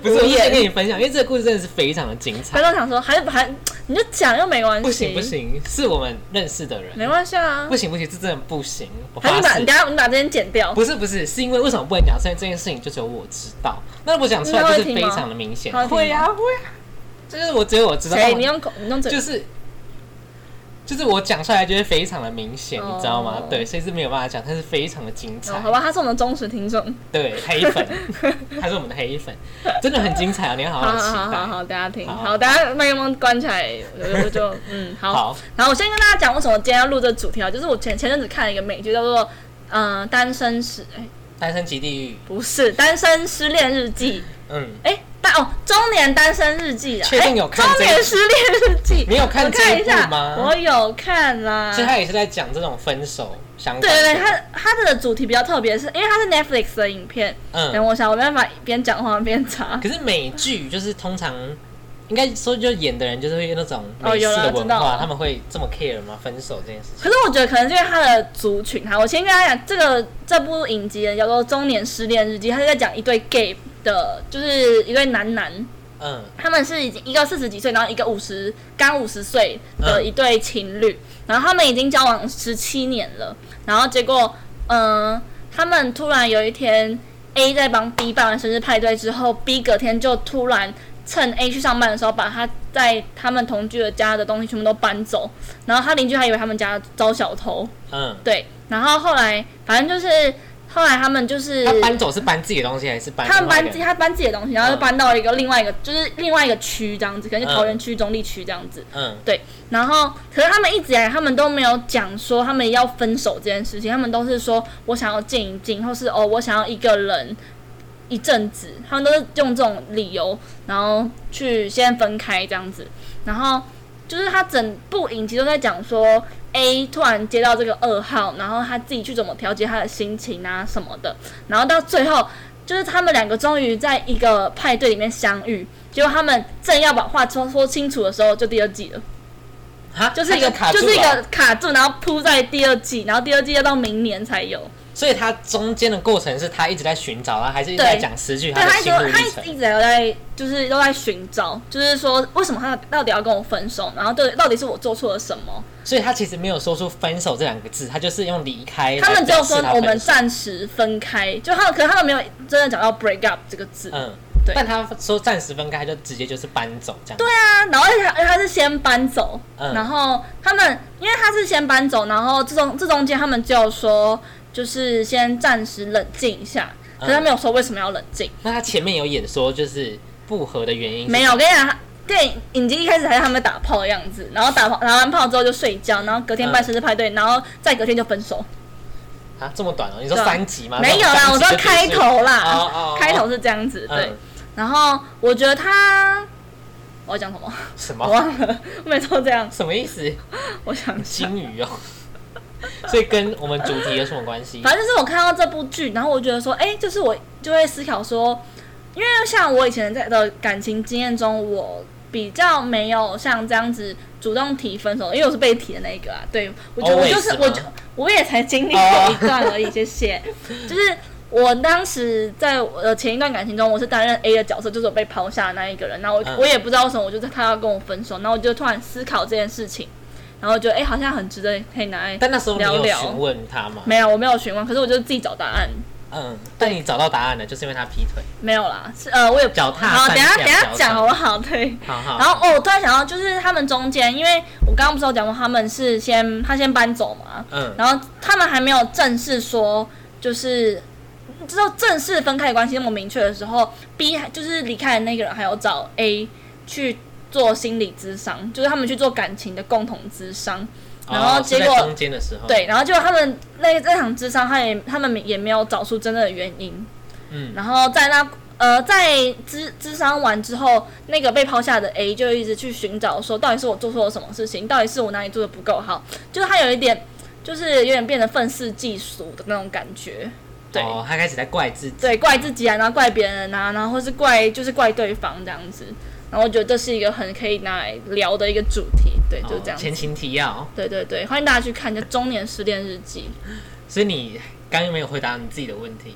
[SPEAKER 2] 不是，我
[SPEAKER 1] 无
[SPEAKER 2] 是
[SPEAKER 1] 言
[SPEAKER 2] 先跟你分享，因为这个故事真的是非常的精彩
[SPEAKER 1] 观。众想说，还是还你就讲又没关系，
[SPEAKER 2] 不行不，行，是我们认识的人。
[SPEAKER 1] 没关系啊
[SPEAKER 2] 不。行不行，这真的不行，我
[SPEAKER 1] 还是你把
[SPEAKER 2] 发
[SPEAKER 1] 你
[SPEAKER 2] 誓
[SPEAKER 1] 等。一下我们把这边剪掉。
[SPEAKER 2] 不是不是，是因为为什么不能讲？是因为这件事情就只有我知道。那我讲出来就是非常的明显
[SPEAKER 1] 他。会听吗他会听吗
[SPEAKER 2] 会啊，就是我只有我知道。
[SPEAKER 1] 谁？你用口，你用嘴
[SPEAKER 2] 就。是就是我讲出来就会非常的明显，
[SPEAKER 1] 哦
[SPEAKER 2] 你知道吗？对，所以是没有办法讲，但是非常的精彩。
[SPEAKER 1] 哦，好吧，他是我们的忠实听众。
[SPEAKER 2] 对，黑粉， 他是我们的黑粉，真的很精彩啊！你要好
[SPEAKER 1] 好
[SPEAKER 2] 期
[SPEAKER 1] 好好
[SPEAKER 2] 待。
[SPEAKER 1] 好，大家听。
[SPEAKER 2] 好
[SPEAKER 1] 好，大家麦克风关起来，我就就嗯好。
[SPEAKER 2] 好，
[SPEAKER 1] 然后我先跟大家讲为什么今天要录这个主题啊，就是我前前阵子看了一个美剧，叫做《嗯、呃、单身失》，哎，
[SPEAKER 2] 单身即地狱，
[SPEAKER 1] 不是《单身失恋日记》
[SPEAKER 2] 嗯，
[SPEAKER 1] 哎，单哦中年单身日记啊，
[SPEAKER 2] 确定
[SPEAKER 1] 哎
[SPEAKER 2] 有看
[SPEAKER 1] 中
[SPEAKER 2] 这一
[SPEAKER 1] 年失恋日记？
[SPEAKER 2] 你有看
[SPEAKER 1] 我
[SPEAKER 2] 这
[SPEAKER 1] 看
[SPEAKER 2] 一
[SPEAKER 1] 一
[SPEAKER 2] 部
[SPEAKER 1] 下
[SPEAKER 2] 吗
[SPEAKER 1] 我有看啦。
[SPEAKER 2] 所以他也是在讲这种分手相关
[SPEAKER 1] 对
[SPEAKER 2] 的。
[SPEAKER 1] 啊对对，它它的主题比较特别，是因为它是 Netflix 的影片。
[SPEAKER 2] 嗯
[SPEAKER 1] 等我一下，我没办法边讲话边查。
[SPEAKER 2] 可是美剧就是通常应该说就演的人就是会那种
[SPEAKER 1] 哦
[SPEAKER 2] 美式
[SPEAKER 1] 有啦
[SPEAKER 2] 的
[SPEAKER 1] 知
[SPEAKER 2] 文
[SPEAKER 1] 道
[SPEAKER 2] 化，
[SPEAKER 1] 了
[SPEAKER 2] 他们会这么 care 吗？分手这件事情？
[SPEAKER 1] 可是我觉得可能是因为他的族群啊哈，我先跟大家讲，这个这部影集叫做《中年失恋日记》，他是在讲一对 gay 的，就是一对男男，
[SPEAKER 2] 嗯
[SPEAKER 1] 他们是已经一个四十几岁，然后一个五十刚五十岁的一对情侣，然后他们已经交往十七年了，然后结果，嗯、他们突然有一天，哎、 A 在帮 B 办完生日派对之后，B 隔天就突然趁 A 去上班的时候，把他在他们同居的家的东西全部都搬走，然后他邻居还以为他们家遭小偷，
[SPEAKER 2] 嗯，
[SPEAKER 1] 对，然后后来反正就是后来他们就是
[SPEAKER 2] 他搬走是搬自己的东西还是搬
[SPEAKER 1] 他们
[SPEAKER 2] 另外一
[SPEAKER 1] 搬
[SPEAKER 2] 个
[SPEAKER 1] 自他搬自己的东西，然后就
[SPEAKER 2] 嗯
[SPEAKER 1] 搬到一个另外一个就是另外一个区这样子，可能就
[SPEAKER 2] 嗯
[SPEAKER 1] 桃园区、中立区这样子，
[SPEAKER 2] 嗯
[SPEAKER 1] 对，然后可是他们一直以来他们都没有讲说他们要分手这件事情，他们都是说我想要静一静，或是哦我想要一个人一阵子，他们都是用这种理由，然后去先分开这样子。然后就是他整部影集都在讲说 A 突然接到这个噩耗，然后他自己去怎么调节他的心情啊什么的，然后到最后就是他们两个终于在一个派对里面相遇。结果他们正要把话说说清楚的时候，就第二季了。
[SPEAKER 2] 哈
[SPEAKER 1] 就是一个
[SPEAKER 2] 他卡住
[SPEAKER 1] 就
[SPEAKER 2] 了
[SPEAKER 1] 是一个卡住，然后铺在第二季，然后第二季要到明年才有。
[SPEAKER 2] 所以他中间的过程是他一直在寻找啊，还是一直
[SPEAKER 1] 对
[SPEAKER 2] 在讲失去
[SPEAKER 1] 对
[SPEAKER 2] 的
[SPEAKER 1] 他一直
[SPEAKER 2] 心路
[SPEAKER 1] 他一
[SPEAKER 2] 历
[SPEAKER 1] 直一
[SPEAKER 2] 程？
[SPEAKER 1] 直有在就是都在寻找，就是说为什么他到底要跟我分手，然后对到底是我做错了什么？
[SPEAKER 2] 所以他其实没有说出分手这两个字，他就是用离开。
[SPEAKER 1] 他们只有说我们
[SPEAKER 2] 在，
[SPEAKER 1] 暂时分开，就他们可是他们没有真的讲到 break up 这个字。
[SPEAKER 2] 嗯，
[SPEAKER 1] 对
[SPEAKER 2] 但他说暂时分开，就直接就是搬走这样。
[SPEAKER 1] 对啊，然后他他是先搬走，
[SPEAKER 2] 嗯
[SPEAKER 1] 然后他们因为他是先搬走，然后这中这中间他们就说就是先暂时冷静一下，可是他
[SPEAKER 2] 嗯
[SPEAKER 1] 没有说为什么要冷静。
[SPEAKER 2] 那他前面有演说就是不合的原因是，
[SPEAKER 1] 没有，我跟你讲，电影影集一开始还是他们打炮的样子，然后打炮打完炮之后就睡觉，然后隔
[SPEAKER 2] 嗯
[SPEAKER 1] 天办生日派对，然后再隔天就分手。
[SPEAKER 2] 啊这么短哦、你说
[SPEAKER 1] 对啊
[SPEAKER 2] 三集吗？
[SPEAKER 1] 没有啦，我
[SPEAKER 2] 这
[SPEAKER 1] 说
[SPEAKER 2] 种三
[SPEAKER 1] 开
[SPEAKER 2] 集就结束了
[SPEAKER 1] 头啦，
[SPEAKER 2] 哦哦哦
[SPEAKER 1] 开头是这样子，对。
[SPEAKER 2] 嗯
[SPEAKER 1] 然后我觉得他，我要讲什么？
[SPEAKER 2] 什
[SPEAKER 1] 我
[SPEAKER 2] 么
[SPEAKER 1] 忘了，每次都这样。
[SPEAKER 2] 什么意思？
[SPEAKER 1] 我想一下
[SPEAKER 2] 金鱼哦、 所以跟我们主题有什么关系？
[SPEAKER 1] 反正就是我看到这部剧，然后我觉得说，哎、就是我就会思考说，因为像我以前在的感情经验中，我比较没有像这样子主动提分手，因为我是被提的那一个啊。对，我就我就是啊哦
[SPEAKER 2] Always 吗
[SPEAKER 1] 我就我也才经历过一段而已，谢谢。就是我当时在我的前一段感情中，我是担任 A 的角色，就是我被抛下的那一个人。然后我、
[SPEAKER 2] 嗯
[SPEAKER 1] 我也不知道为什么，我就是他要跟我分手，然后我就突然思考这件事情，然后觉得哎、诶好像很值得可以拿来。
[SPEAKER 2] 但那时候你
[SPEAKER 1] 聊
[SPEAKER 2] 有
[SPEAKER 1] 聊
[SPEAKER 2] 询问他吗？
[SPEAKER 1] 没有，我没有询问，可是我就自己找答案。
[SPEAKER 2] 嗯，但你找到答案了，就是因为他劈腿。
[SPEAKER 1] 没有啦，是呃，我也不
[SPEAKER 2] 脚踏
[SPEAKER 1] 好，等
[SPEAKER 2] 三
[SPEAKER 1] 一下
[SPEAKER 2] 两
[SPEAKER 1] 等一下
[SPEAKER 2] 脚
[SPEAKER 1] 讲
[SPEAKER 2] 踏
[SPEAKER 1] 好不好？对。
[SPEAKER 2] 好好，
[SPEAKER 1] 然后哦，我突然想到，就是他们中间，因为我刚刚不是有讲过，他们是先他先搬走嘛，
[SPEAKER 2] 嗯，
[SPEAKER 1] 然后他们还没有正式说，就是知道正式分开的关系那么明确的时候，B 还就是离开的那个人还有找 A 去做心理咨商，就是他们去做感情的共同咨商。然后
[SPEAKER 2] 哦是在
[SPEAKER 1] 结果
[SPEAKER 2] 中间的时候，，
[SPEAKER 1] 对，然后结果他们那那场智商，他也他们也没有找出真正的原因。
[SPEAKER 2] 嗯
[SPEAKER 1] 然后在那呃，在智智商完之后，那个被抛下的 A 就一直去寻找说，到底是我做错了什么事情，到底是我哪里做的不够好，就是他有一点，就是有点变得愤世嫉俗的那种感觉。对、
[SPEAKER 2] 哦，他开始在怪自己，
[SPEAKER 1] 对，怪自己啊，然后怪别人啊，然后或是怪就是怪对方这样子。然后我觉得这是一个很可以拿来聊的一个主题，对，就
[SPEAKER 2] 哦
[SPEAKER 1] 这样子。
[SPEAKER 2] 前情提要，
[SPEAKER 1] 对对对，欢迎大家去看叫《中年失恋日记
[SPEAKER 2] 所以你刚刚没有回答你自己的问题，》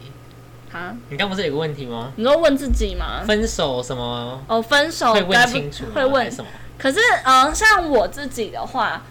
[SPEAKER 1] 啊。
[SPEAKER 2] 你刚不是有个问题吗？
[SPEAKER 1] 你说问自己吗？
[SPEAKER 2] 分手什么
[SPEAKER 1] 哦，分手
[SPEAKER 2] 会
[SPEAKER 1] 该
[SPEAKER 2] 问
[SPEAKER 1] 不
[SPEAKER 2] 清楚吗？
[SPEAKER 1] 会问
[SPEAKER 2] 还是什么？
[SPEAKER 1] 可是，嗯、像我自己的话，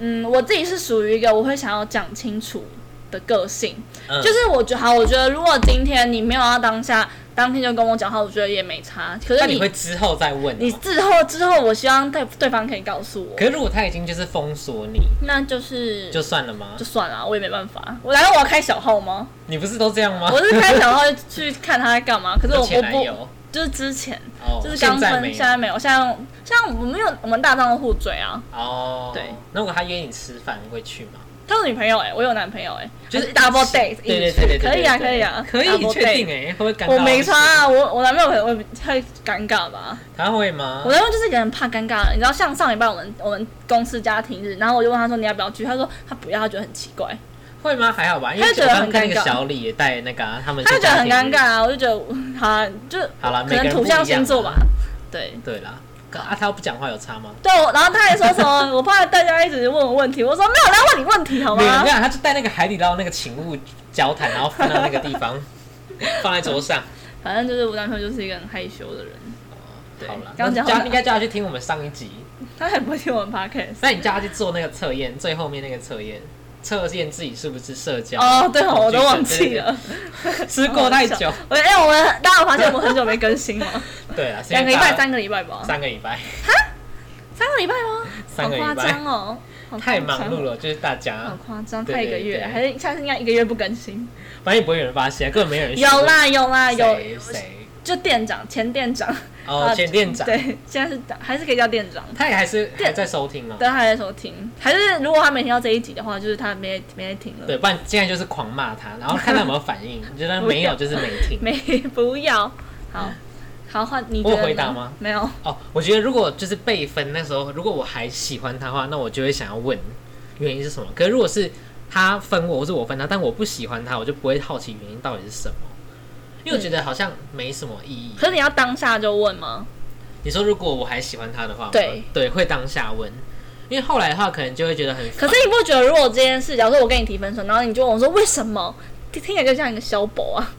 [SPEAKER 1] 嗯，我自己是属于一个我会想要讲清楚的个性，
[SPEAKER 2] 嗯
[SPEAKER 1] 就是我觉得好，我觉得如果今天你没有要当下当天就跟我讲话，我觉得也没差。可是
[SPEAKER 2] 那
[SPEAKER 1] 你
[SPEAKER 2] 你会之后再问
[SPEAKER 1] 你
[SPEAKER 2] 哦。
[SPEAKER 1] 之后之后，我希望对对方可以告诉
[SPEAKER 2] 可
[SPEAKER 1] 我，
[SPEAKER 2] 是如果他已经就是封锁你，
[SPEAKER 1] 那就是
[SPEAKER 2] 就算了吗
[SPEAKER 1] 就？算了，我也没办法。我难道我要开小号 吗？
[SPEAKER 2] 你不是都这样吗？
[SPEAKER 1] 我是开小号去看他在干嘛，可是我
[SPEAKER 2] 有前
[SPEAKER 1] 我
[SPEAKER 2] 男
[SPEAKER 1] 不
[SPEAKER 2] 友
[SPEAKER 1] 就是之前。
[SPEAKER 2] 哦，
[SPEAKER 1] 就是刚
[SPEAKER 2] 现
[SPEAKER 1] 分，
[SPEAKER 2] 在没
[SPEAKER 1] 现
[SPEAKER 2] 有
[SPEAKER 1] 在没有，像像我们没有，我们大张的互追啊。
[SPEAKER 2] 哦。
[SPEAKER 1] 对，
[SPEAKER 2] 那如果他约你吃饭，你会去吗？
[SPEAKER 1] 他有女朋友哎、我有男朋友哎、
[SPEAKER 2] 就
[SPEAKER 1] 就是是 double date，
[SPEAKER 2] 对对对对，对
[SPEAKER 1] 可以啊，
[SPEAKER 2] 对
[SPEAKER 1] 可以啊，
[SPEAKER 2] 可以
[SPEAKER 1] double
[SPEAKER 2] 确定
[SPEAKER 1] date。
[SPEAKER 2] 哎，会不会尴尬？
[SPEAKER 1] 我没差、啊，我我男朋友会会会尴尬吧？
[SPEAKER 2] 他会吗
[SPEAKER 1] 我？男朋友就是一个很怕尴尬的，你知道，像上礼拜我们我们公司家庭日，然后我就问他说你要不要去，他说他不要，他觉得很奇 怪，
[SPEAKER 2] 会吗？还好吧，因
[SPEAKER 1] 他
[SPEAKER 2] 为
[SPEAKER 1] 就觉得
[SPEAKER 2] 刚
[SPEAKER 1] 很
[SPEAKER 2] 看那个
[SPEAKER 1] 尴尬
[SPEAKER 2] 小李也带那个啊他们，
[SPEAKER 1] 他就觉得很尴尬。啊，我就觉得好、啊，就
[SPEAKER 2] 好啦
[SPEAKER 1] 可
[SPEAKER 2] 每个
[SPEAKER 1] 能
[SPEAKER 2] 人
[SPEAKER 1] 土
[SPEAKER 2] 不一样啊
[SPEAKER 1] 象星座吧，对。
[SPEAKER 2] 对啦，啊，他不讲话有差吗？
[SPEAKER 1] 对，我然后他还说什么？我怕大家一直问我问题，我说没有，啊来问你问题好
[SPEAKER 2] 没有
[SPEAKER 1] 吗
[SPEAKER 2] 没？有，他就带那个海底捞那个请勿交谈，然后放到那个地方， 放在桌上。
[SPEAKER 1] 反正就是我男朋友就是一个很害羞的人，对
[SPEAKER 2] 好了，
[SPEAKER 1] 刚
[SPEAKER 2] 那
[SPEAKER 1] 讲
[SPEAKER 2] 叫
[SPEAKER 1] 好
[SPEAKER 2] 应该叫他去听我们上一集。
[SPEAKER 1] 他也不会听我们 podcast。
[SPEAKER 2] 那你叫他去做那个测验，最后面那个测验，测验自己是不是社交
[SPEAKER 1] 哦，对哦，
[SPEAKER 2] 恐
[SPEAKER 1] 我
[SPEAKER 2] 惧
[SPEAKER 1] 都忘
[SPEAKER 2] 症
[SPEAKER 1] 记，了。
[SPEAKER 2] 对对对吃过太久，
[SPEAKER 1] 我哎、我们大家有发现我们很久没更新吗？
[SPEAKER 2] 对啊，现在
[SPEAKER 1] 两个礼
[SPEAKER 2] 大
[SPEAKER 1] 拜、
[SPEAKER 2] 家
[SPEAKER 1] 三个礼拜吧？
[SPEAKER 2] 三个礼拜，
[SPEAKER 1] 三个礼拜吗？
[SPEAKER 2] 三
[SPEAKER 1] 好
[SPEAKER 2] 个
[SPEAKER 1] 夸
[SPEAKER 2] 礼拜
[SPEAKER 1] 张哦！好夸张
[SPEAKER 2] 太忙碌了，就是大
[SPEAKER 1] 好
[SPEAKER 2] 家，
[SPEAKER 1] 夸张，
[SPEAKER 2] 对
[SPEAKER 1] 太一个
[SPEAKER 2] 对
[SPEAKER 1] 月，
[SPEAKER 2] 对
[SPEAKER 1] 还是下次应该一个月不更新？
[SPEAKER 2] 反正也不会有人发现，根本没有人
[SPEAKER 1] 有啦有啦
[SPEAKER 2] 谁
[SPEAKER 1] 有，
[SPEAKER 2] 谁
[SPEAKER 1] 就店长前店长，
[SPEAKER 2] 哦，
[SPEAKER 1] 啊
[SPEAKER 2] 前店长，
[SPEAKER 1] 对，现在是还是可以叫店长。
[SPEAKER 2] 他也还是还在收听啊，
[SPEAKER 1] 对，他还在收听，还是如果他没听到这一集的话，就是他没没在听了。
[SPEAKER 2] 对，不然现在就是狂骂他，然后看他有没有反 应，你觉得没有就是没听。
[SPEAKER 1] 没不要，好好换你。
[SPEAKER 2] 我有
[SPEAKER 1] 觉得
[SPEAKER 2] 回答
[SPEAKER 1] 呢
[SPEAKER 2] 吗？
[SPEAKER 1] 没有，
[SPEAKER 2] 哦，我觉得如果就是被分那时候，如果我还喜欢他的话，那我就会想要问原因是什么。可是如果是他分我，或是我分他，但我不喜欢他，我就不会好奇原因到底是什么，因为我觉得好像没什么意义。
[SPEAKER 1] 可是你要当下就问吗？
[SPEAKER 2] 你说如果我还喜欢他的话吗，
[SPEAKER 1] 对
[SPEAKER 2] 对，会当下问，因为后来的话可能就会觉得很
[SPEAKER 1] 可
[SPEAKER 2] 烦。
[SPEAKER 1] 是你不觉得，如果这件事，假如说我跟你提分手，然后你就问我说为什么，听听起来就像一个小宝啊，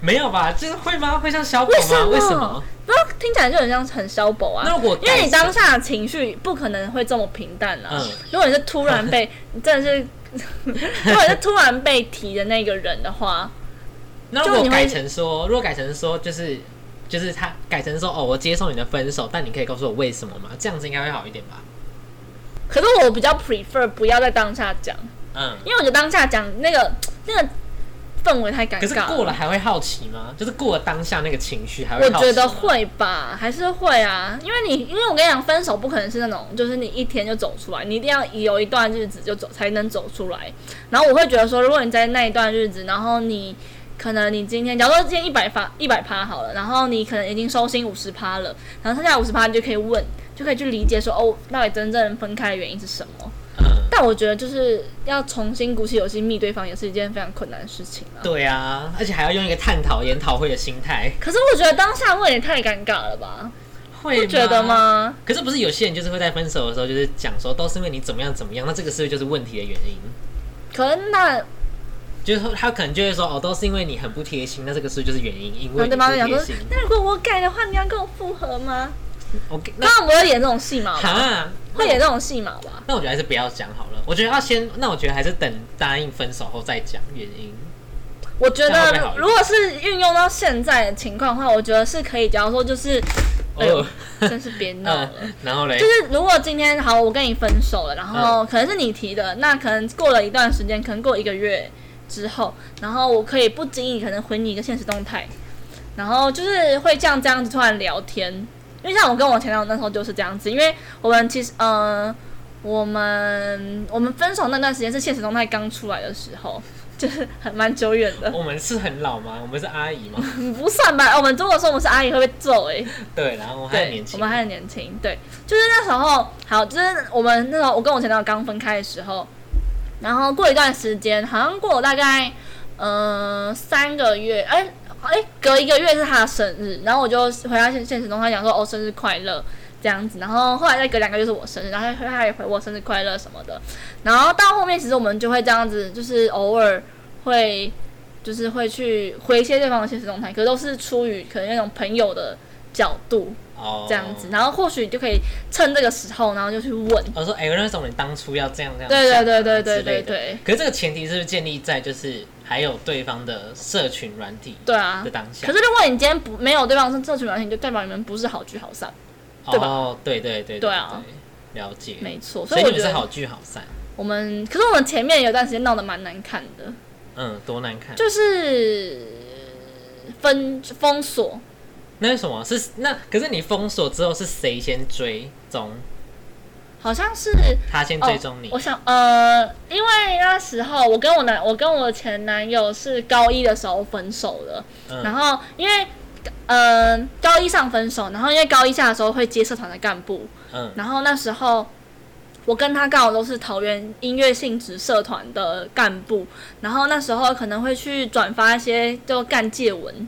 [SPEAKER 2] 没有吧？就是会吗？会像小宝
[SPEAKER 1] 为什
[SPEAKER 2] 吗？
[SPEAKER 1] 么
[SPEAKER 2] 为什么？
[SPEAKER 1] 然后听起来就很像很小宝啊。
[SPEAKER 2] 那如果
[SPEAKER 1] 因为你
[SPEAKER 2] 改
[SPEAKER 1] 当下的情绪不可能会这么平淡啊。
[SPEAKER 2] 嗯
[SPEAKER 1] 如果你是突然 被，你真的是，如果你是突然被提的那个人的话，
[SPEAKER 2] 那如
[SPEAKER 1] 就
[SPEAKER 2] 果
[SPEAKER 1] 你会
[SPEAKER 2] 改成说，如果改成说，就是就是他改成说，哦，我接受你的分手，但你可以告诉我为什么吗？这样子应该会好一点吧？
[SPEAKER 1] 可是我比较 prefer 不要在当下讲，
[SPEAKER 2] 嗯。
[SPEAKER 1] 因为我觉得当下讲那个那个氛围太尴
[SPEAKER 2] 可是
[SPEAKER 1] 尬
[SPEAKER 2] 过了还会好奇吗？就是过了当下那个情绪还会
[SPEAKER 1] 我
[SPEAKER 2] 好奇
[SPEAKER 1] 觉得
[SPEAKER 2] 吗，
[SPEAKER 1] 会吧，还是会啊，因为你，因为我跟你讲，分手不可能是那种，就是你一天就走出来，你一定要有一段日子就走才能走出来。然后我会觉得说，如果你在那一段日子，然后你可能你今天，假如说今天一百发一百趴好了，然后你可能已经收心五十趴了，然后剩下五十趴你就可以问，就可以去理解说，哦，到底真正分开的原因是什么？
[SPEAKER 2] 嗯，
[SPEAKER 1] 但我觉得就是要重新鼓起勇气密对方，也是一件非常困难的事情啊。
[SPEAKER 2] 对啊，而且还要用一个探讨研讨会的心态，
[SPEAKER 1] 可是我觉得当下问也太尴尬了吧？
[SPEAKER 2] 会
[SPEAKER 1] 不觉得？吗？
[SPEAKER 2] 可是不是有些人就是会在分手的时候就是讲说都是因为你怎么样怎么样，那这个是不是就是问题的原因？
[SPEAKER 1] 可能那
[SPEAKER 2] 就是他可能就会说哦，都是因为你很不贴心，那这个是不是就是原因，因
[SPEAKER 1] 然
[SPEAKER 2] 为
[SPEAKER 1] 后
[SPEAKER 2] 你
[SPEAKER 1] 对方就
[SPEAKER 2] 不
[SPEAKER 1] 讲说
[SPEAKER 2] 贴心。：“
[SPEAKER 1] 那如果我改的话，你要跟我复合吗
[SPEAKER 2] 我给？”那
[SPEAKER 1] 当然不会演这种戏码吧，
[SPEAKER 2] 哈，
[SPEAKER 1] 会演这种戏码吧？
[SPEAKER 2] 那我觉得还是不要讲好了。我觉得要先，那我觉得还是等答应分手后再讲原因。
[SPEAKER 1] 我觉
[SPEAKER 2] 这样会不会好
[SPEAKER 1] 得
[SPEAKER 2] 一点
[SPEAKER 1] 如果是运用到现在的情况的话，我觉得是可以。假如说就是，哎呦
[SPEAKER 2] 哦，
[SPEAKER 1] 真是别闹了。
[SPEAKER 2] 嗯，然后嘞
[SPEAKER 1] 就，是如果今天好，我跟你分手了，然后可能是你提的，那可能过了一段时间，可能过一个月之后，然后我可以不经意可能回你一个现实动态，然后就是会像这样子突然聊天，因为像我跟我前男友那时候就是这样子，因为我们其实嗯、呃我们我们分手那段时间是现实动态刚出来的时候，就是很蛮久远的，
[SPEAKER 2] 我们是很老吗？我们是阿姨吗？
[SPEAKER 1] 不算吧？我们如果说我们是阿姨会被揍哎、欸
[SPEAKER 2] 对，然后我还很
[SPEAKER 1] 对
[SPEAKER 2] 年，轻，
[SPEAKER 1] 我们还很年轻，对，就是那时候，好，就是我们那时候我跟我前男友刚分开的时候，然后过一段时间，好像过了大概嗯、呃三个月，哎、哎、隔一个月是他的生日，然后我就回他现现实中他讲说哦生日快乐这样子，然后后来再隔两个月是我生日，然后他他也回我生日快乐什么的，然后到后面其实我们就会这样子，就是偶尔会。就是会去回一些对方的现实动态，可是都是出于可能那种朋友的角度，
[SPEAKER 2] 哦
[SPEAKER 1] 这样子，。然后或许你就可以趁这个时候，然后就去问。
[SPEAKER 2] 我说，哎、我那种你当初要这样这样，
[SPEAKER 1] 对对对对
[SPEAKER 2] 这样啊
[SPEAKER 1] 对
[SPEAKER 2] 之
[SPEAKER 1] 对
[SPEAKER 2] 类的。
[SPEAKER 1] 对，
[SPEAKER 2] 可是这个前提是不是建立在就是还有对方的社群软体
[SPEAKER 1] 对啊
[SPEAKER 2] 的。当下？
[SPEAKER 1] 可是如果你今天不没有对方是这群软体，就代表你们不是好聚好散。对吧
[SPEAKER 2] 哦，对对对
[SPEAKER 1] 对啊，
[SPEAKER 2] 对了解。
[SPEAKER 1] 没错，
[SPEAKER 2] 所
[SPEAKER 1] 以
[SPEAKER 2] 以
[SPEAKER 1] 我
[SPEAKER 2] 你们
[SPEAKER 1] 觉
[SPEAKER 2] 是
[SPEAKER 1] 得
[SPEAKER 2] 好聚好散，
[SPEAKER 1] 我们，可是我们前面有段时间闹得蛮难看的，
[SPEAKER 2] 嗯，多难看。
[SPEAKER 1] 就是分封锁，
[SPEAKER 2] 那是什么？是那可是你封锁之后是谁先追踪？
[SPEAKER 1] 好像是
[SPEAKER 2] 他先追踪你
[SPEAKER 1] 哦我想，呃，因为那时候我跟我男，我跟我前男友是高一的时候分手的，
[SPEAKER 2] 嗯
[SPEAKER 1] 然后因为，嗯、高一上分手，然后因为高一下的时候会接社团的干部，
[SPEAKER 2] 嗯，
[SPEAKER 1] 然后那时候我跟他刚好都是桃园音乐性质社团的干部，然后那时候可能会去转发一些就干介文，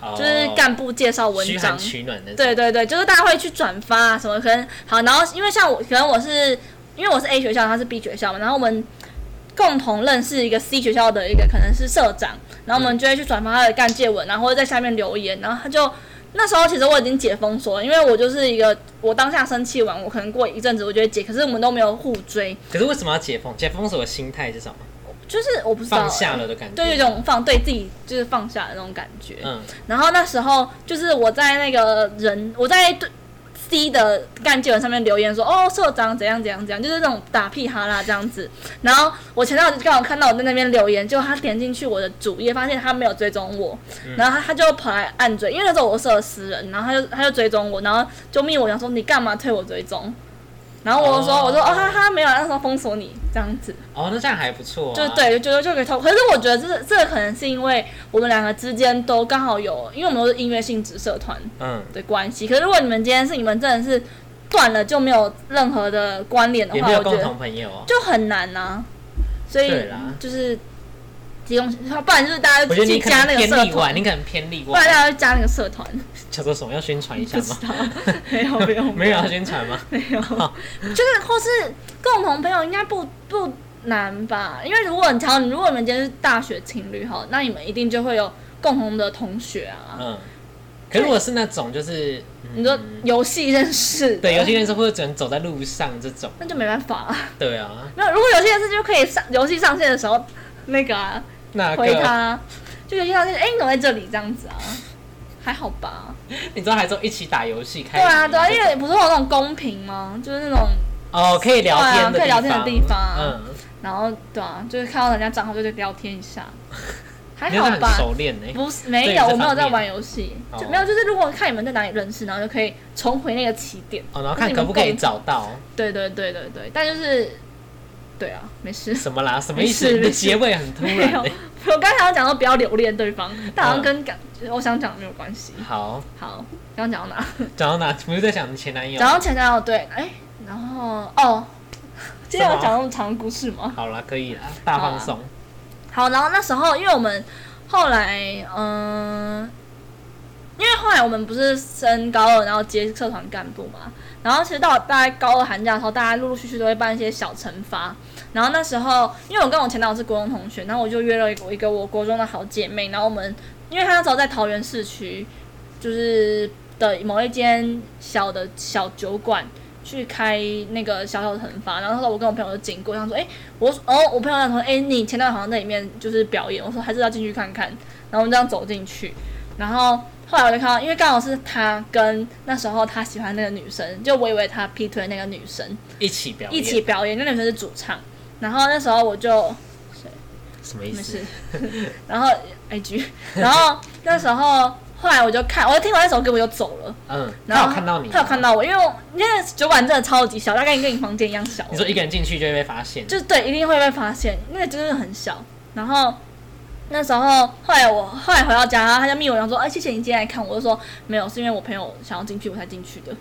[SPEAKER 2] 哦
[SPEAKER 1] 就是干部介绍文
[SPEAKER 2] 嘘寒
[SPEAKER 1] 章，
[SPEAKER 2] 取暖的，
[SPEAKER 1] 对，对对，就是大家会去转发啊什么，可能好，然后因为像我，可能我是因为我是 A 学校，他是 B 学校嘛，然后我们共同认识一个 C 学校的一个可能是社长，然后我们就会去转发他的干介文，然后在下面留言，然后他就那时候其实我已经解封锁了，因为我就是一个我当下生气完，我可能过一阵子我就会解，可是我们都没有互追，
[SPEAKER 2] 可是为什么要解封？解封锁的心态是什么？
[SPEAKER 1] 就是我不知道
[SPEAKER 2] 放下了的感觉。
[SPEAKER 1] 对，有一种放对自己就是放下的那种感觉。
[SPEAKER 2] 嗯，
[SPEAKER 1] 然后那时候就是我在那个人，我在对 C 的干旧人上面留言说，哦，社长怎样怎样怎样，就是那种打屁哈啦这样子。然后我前男友就刚好看到我在那边留言，结果他点进去我的主页，发现他没有追踪我，然后他他就跑来暗追，因为那时候我设私人，然后他就他就追踪我，然后就命我讲说你干嘛退我追踪？然后我就说、
[SPEAKER 2] 哦
[SPEAKER 1] 我说哦哈哈没有，那时候封锁你这样子。
[SPEAKER 2] 哦，那这样还不错、啊。
[SPEAKER 1] 就，对，就就就可以透。可是我觉得这这个可能是因为我们两个之间都刚好有，因为我们都是音乐性质社团
[SPEAKER 2] 嗯，
[SPEAKER 1] 的关系。可是如果你们今天是你们真的是断了，就没有任何的关联的
[SPEAKER 2] 也
[SPEAKER 1] 话，
[SPEAKER 2] 没有
[SPEAKER 1] 我觉
[SPEAKER 2] 共
[SPEAKER 1] 得
[SPEAKER 2] 同朋友、哦。
[SPEAKER 1] 就很难呐、所以
[SPEAKER 2] 对啦
[SPEAKER 1] 就是提供，不然就是大家
[SPEAKER 2] 我觉得
[SPEAKER 1] 去
[SPEAKER 2] 你可
[SPEAKER 1] 加
[SPEAKER 2] 能
[SPEAKER 1] 那个
[SPEAKER 2] 偏
[SPEAKER 1] 社
[SPEAKER 2] 力晚，
[SPEAKER 1] 团，啊
[SPEAKER 2] 你可能偏力
[SPEAKER 1] 不然
[SPEAKER 2] 晚。
[SPEAKER 1] 大家就加那个社团。
[SPEAKER 2] 叫做什么？要宣传一下
[SPEAKER 1] 不知
[SPEAKER 2] 吗？
[SPEAKER 1] 道， 没有没有
[SPEAKER 2] 没有啊要宣 传吗？
[SPEAKER 1] 没 有，哦就是或是共同朋友应该不不难吧？因为如果你瞧，如果你们今天是大学情侣哈，那你们一定就会有共同的同学啊。
[SPEAKER 2] 嗯。可是如果是那种就是，嗯
[SPEAKER 1] 你说游戏认识，
[SPEAKER 2] 对，有些人是或者只能走在路上这种，
[SPEAKER 1] 那就没办法 啊。
[SPEAKER 2] 对啊，
[SPEAKER 1] 没有，如果游戏认识就可以上游戏上线的时候那个啊
[SPEAKER 2] 那
[SPEAKER 1] 回他
[SPEAKER 2] 个
[SPEAKER 1] 啊，就游戏上线，哎、你怎么在这里这样子啊？还好吧？
[SPEAKER 2] 你知道还说一起打游戏开
[SPEAKER 1] 对
[SPEAKER 2] 心，
[SPEAKER 1] 啊，对啊，因为不是有那种公屏吗？就是那种，
[SPEAKER 2] 哦可以聊天的地方，
[SPEAKER 1] 对啊可以聊天的地方
[SPEAKER 2] 嗯，
[SPEAKER 1] 然后对啊，就是看到人家账号就去聊天一 下，还
[SPEAKER 2] 你真的
[SPEAKER 1] 好
[SPEAKER 2] 很
[SPEAKER 1] 吧？
[SPEAKER 2] 熟练呢，
[SPEAKER 1] 不是没
[SPEAKER 2] 对
[SPEAKER 1] 有，
[SPEAKER 2] 这
[SPEAKER 1] 我没有
[SPEAKER 2] 方
[SPEAKER 1] 在
[SPEAKER 2] 面
[SPEAKER 1] 玩游戏，就
[SPEAKER 2] 哦
[SPEAKER 1] 没有就是如果看你们在哪里认识，然后就可以重回那个起点。
[SPEAKER 2] 哦，然
[SPEAKER 1] 那
[SPEAKER 2] 后看
[SPEAKER 1] 你
[SPEAKER 2] 可
[SPEAKER 1] 们
[SPEAKER 2] 不可以
[SPEAKER 1] 共
[SPEAKER 2] 找到
[SPEAKER 1] 对对对对对，但就是对啊，没事。
[SPEAKER 2] 什么啦？什么
[SPEAKER 1] 没
[SPEAKER 2] 意思？
[SPEAKER 1] 事
[SPEAKER 2] 你的
[SPEAKER 1] 没事
[SPEAKER 2] 结尾很突
[SPEAKER 1] 没
[SPEAKER 2] 然欸嗯
[SPEAKER 1] 有
[SPEAKER 2] 呢。，
[SPEAKER 1] 我刚才想讲说不要留恋对方，但好像跟感、我想讲的没有关系。
[SPEAKER 2] 好，
[SPEAKER 1] 好，刚刚讲到哪？
[SPEAKER 2] 讲到哪？不是在讲前男友
[SPEAKER 1] 讲？到前男友对，哎、然后哦，今天有讲那么长的故事吗？
[SPEAKER 2] 好啦，可以啦，大
[SPEAKER 1] 啊
[SPEAKER 2] 放松。
[SPEAKER 1] 好，然后那时候因为我们后来，嗯、因为后来我们不是升高二，然后接社团干部嘛，然后其实到大概高二寒假的时候，大家陆陆续续都会办一些小惩罚。然后那时候，因为我跟我前男友是国中同学，然后我就约了一个一个我国中的好姐妹，然后我们因为她那时候在桃园市区，就是的某一间小的小酒馆去开那个小小的惩罚，然后那时候我跟我朋友就经过，他说：“哎、我说哦，我朋友那时候说，哎、你前段好像在里面就是表演，我说还是要进去看看，然后我们这样走进去，然后后来我就看到，因为刚好是他跟那时候他喜欢那个女生，就我以为他劈腿那个女生
[SPEAKER 2] 一起表演，
[SPEAKER 1] 一起表演，那女生是主唱，然后那时候我就
[SPEAKER 2] 什么意
[SPEAKER 1] 没事
[SPEAKER 2] 思？，
[SPEAKER 1] 然后 IG，然后那时候后来我就看，我就听完那首歌我就走了，
[SPEAKER 2] 嗯，
[SPEAKER 1] 然
[SPEAKER 2] 他
[SPEAKER 1] 后
[SPEAKER 2] 有看到你，
[SPEAKER 1] 他有看。到我，因为我因为酒馆真的超级小，大概跟你房间一样小，
[SPEAKER 2] 你说一个人进去就会被发现，
[SPEAKER 1] 就是对，一定会被发现，那个真的很小。然后那时候后来我后来回到家，然后他就密我讲说，哎、谢谢你今天来看我，我就说没有，是因为我朋友想要进去我才进去的。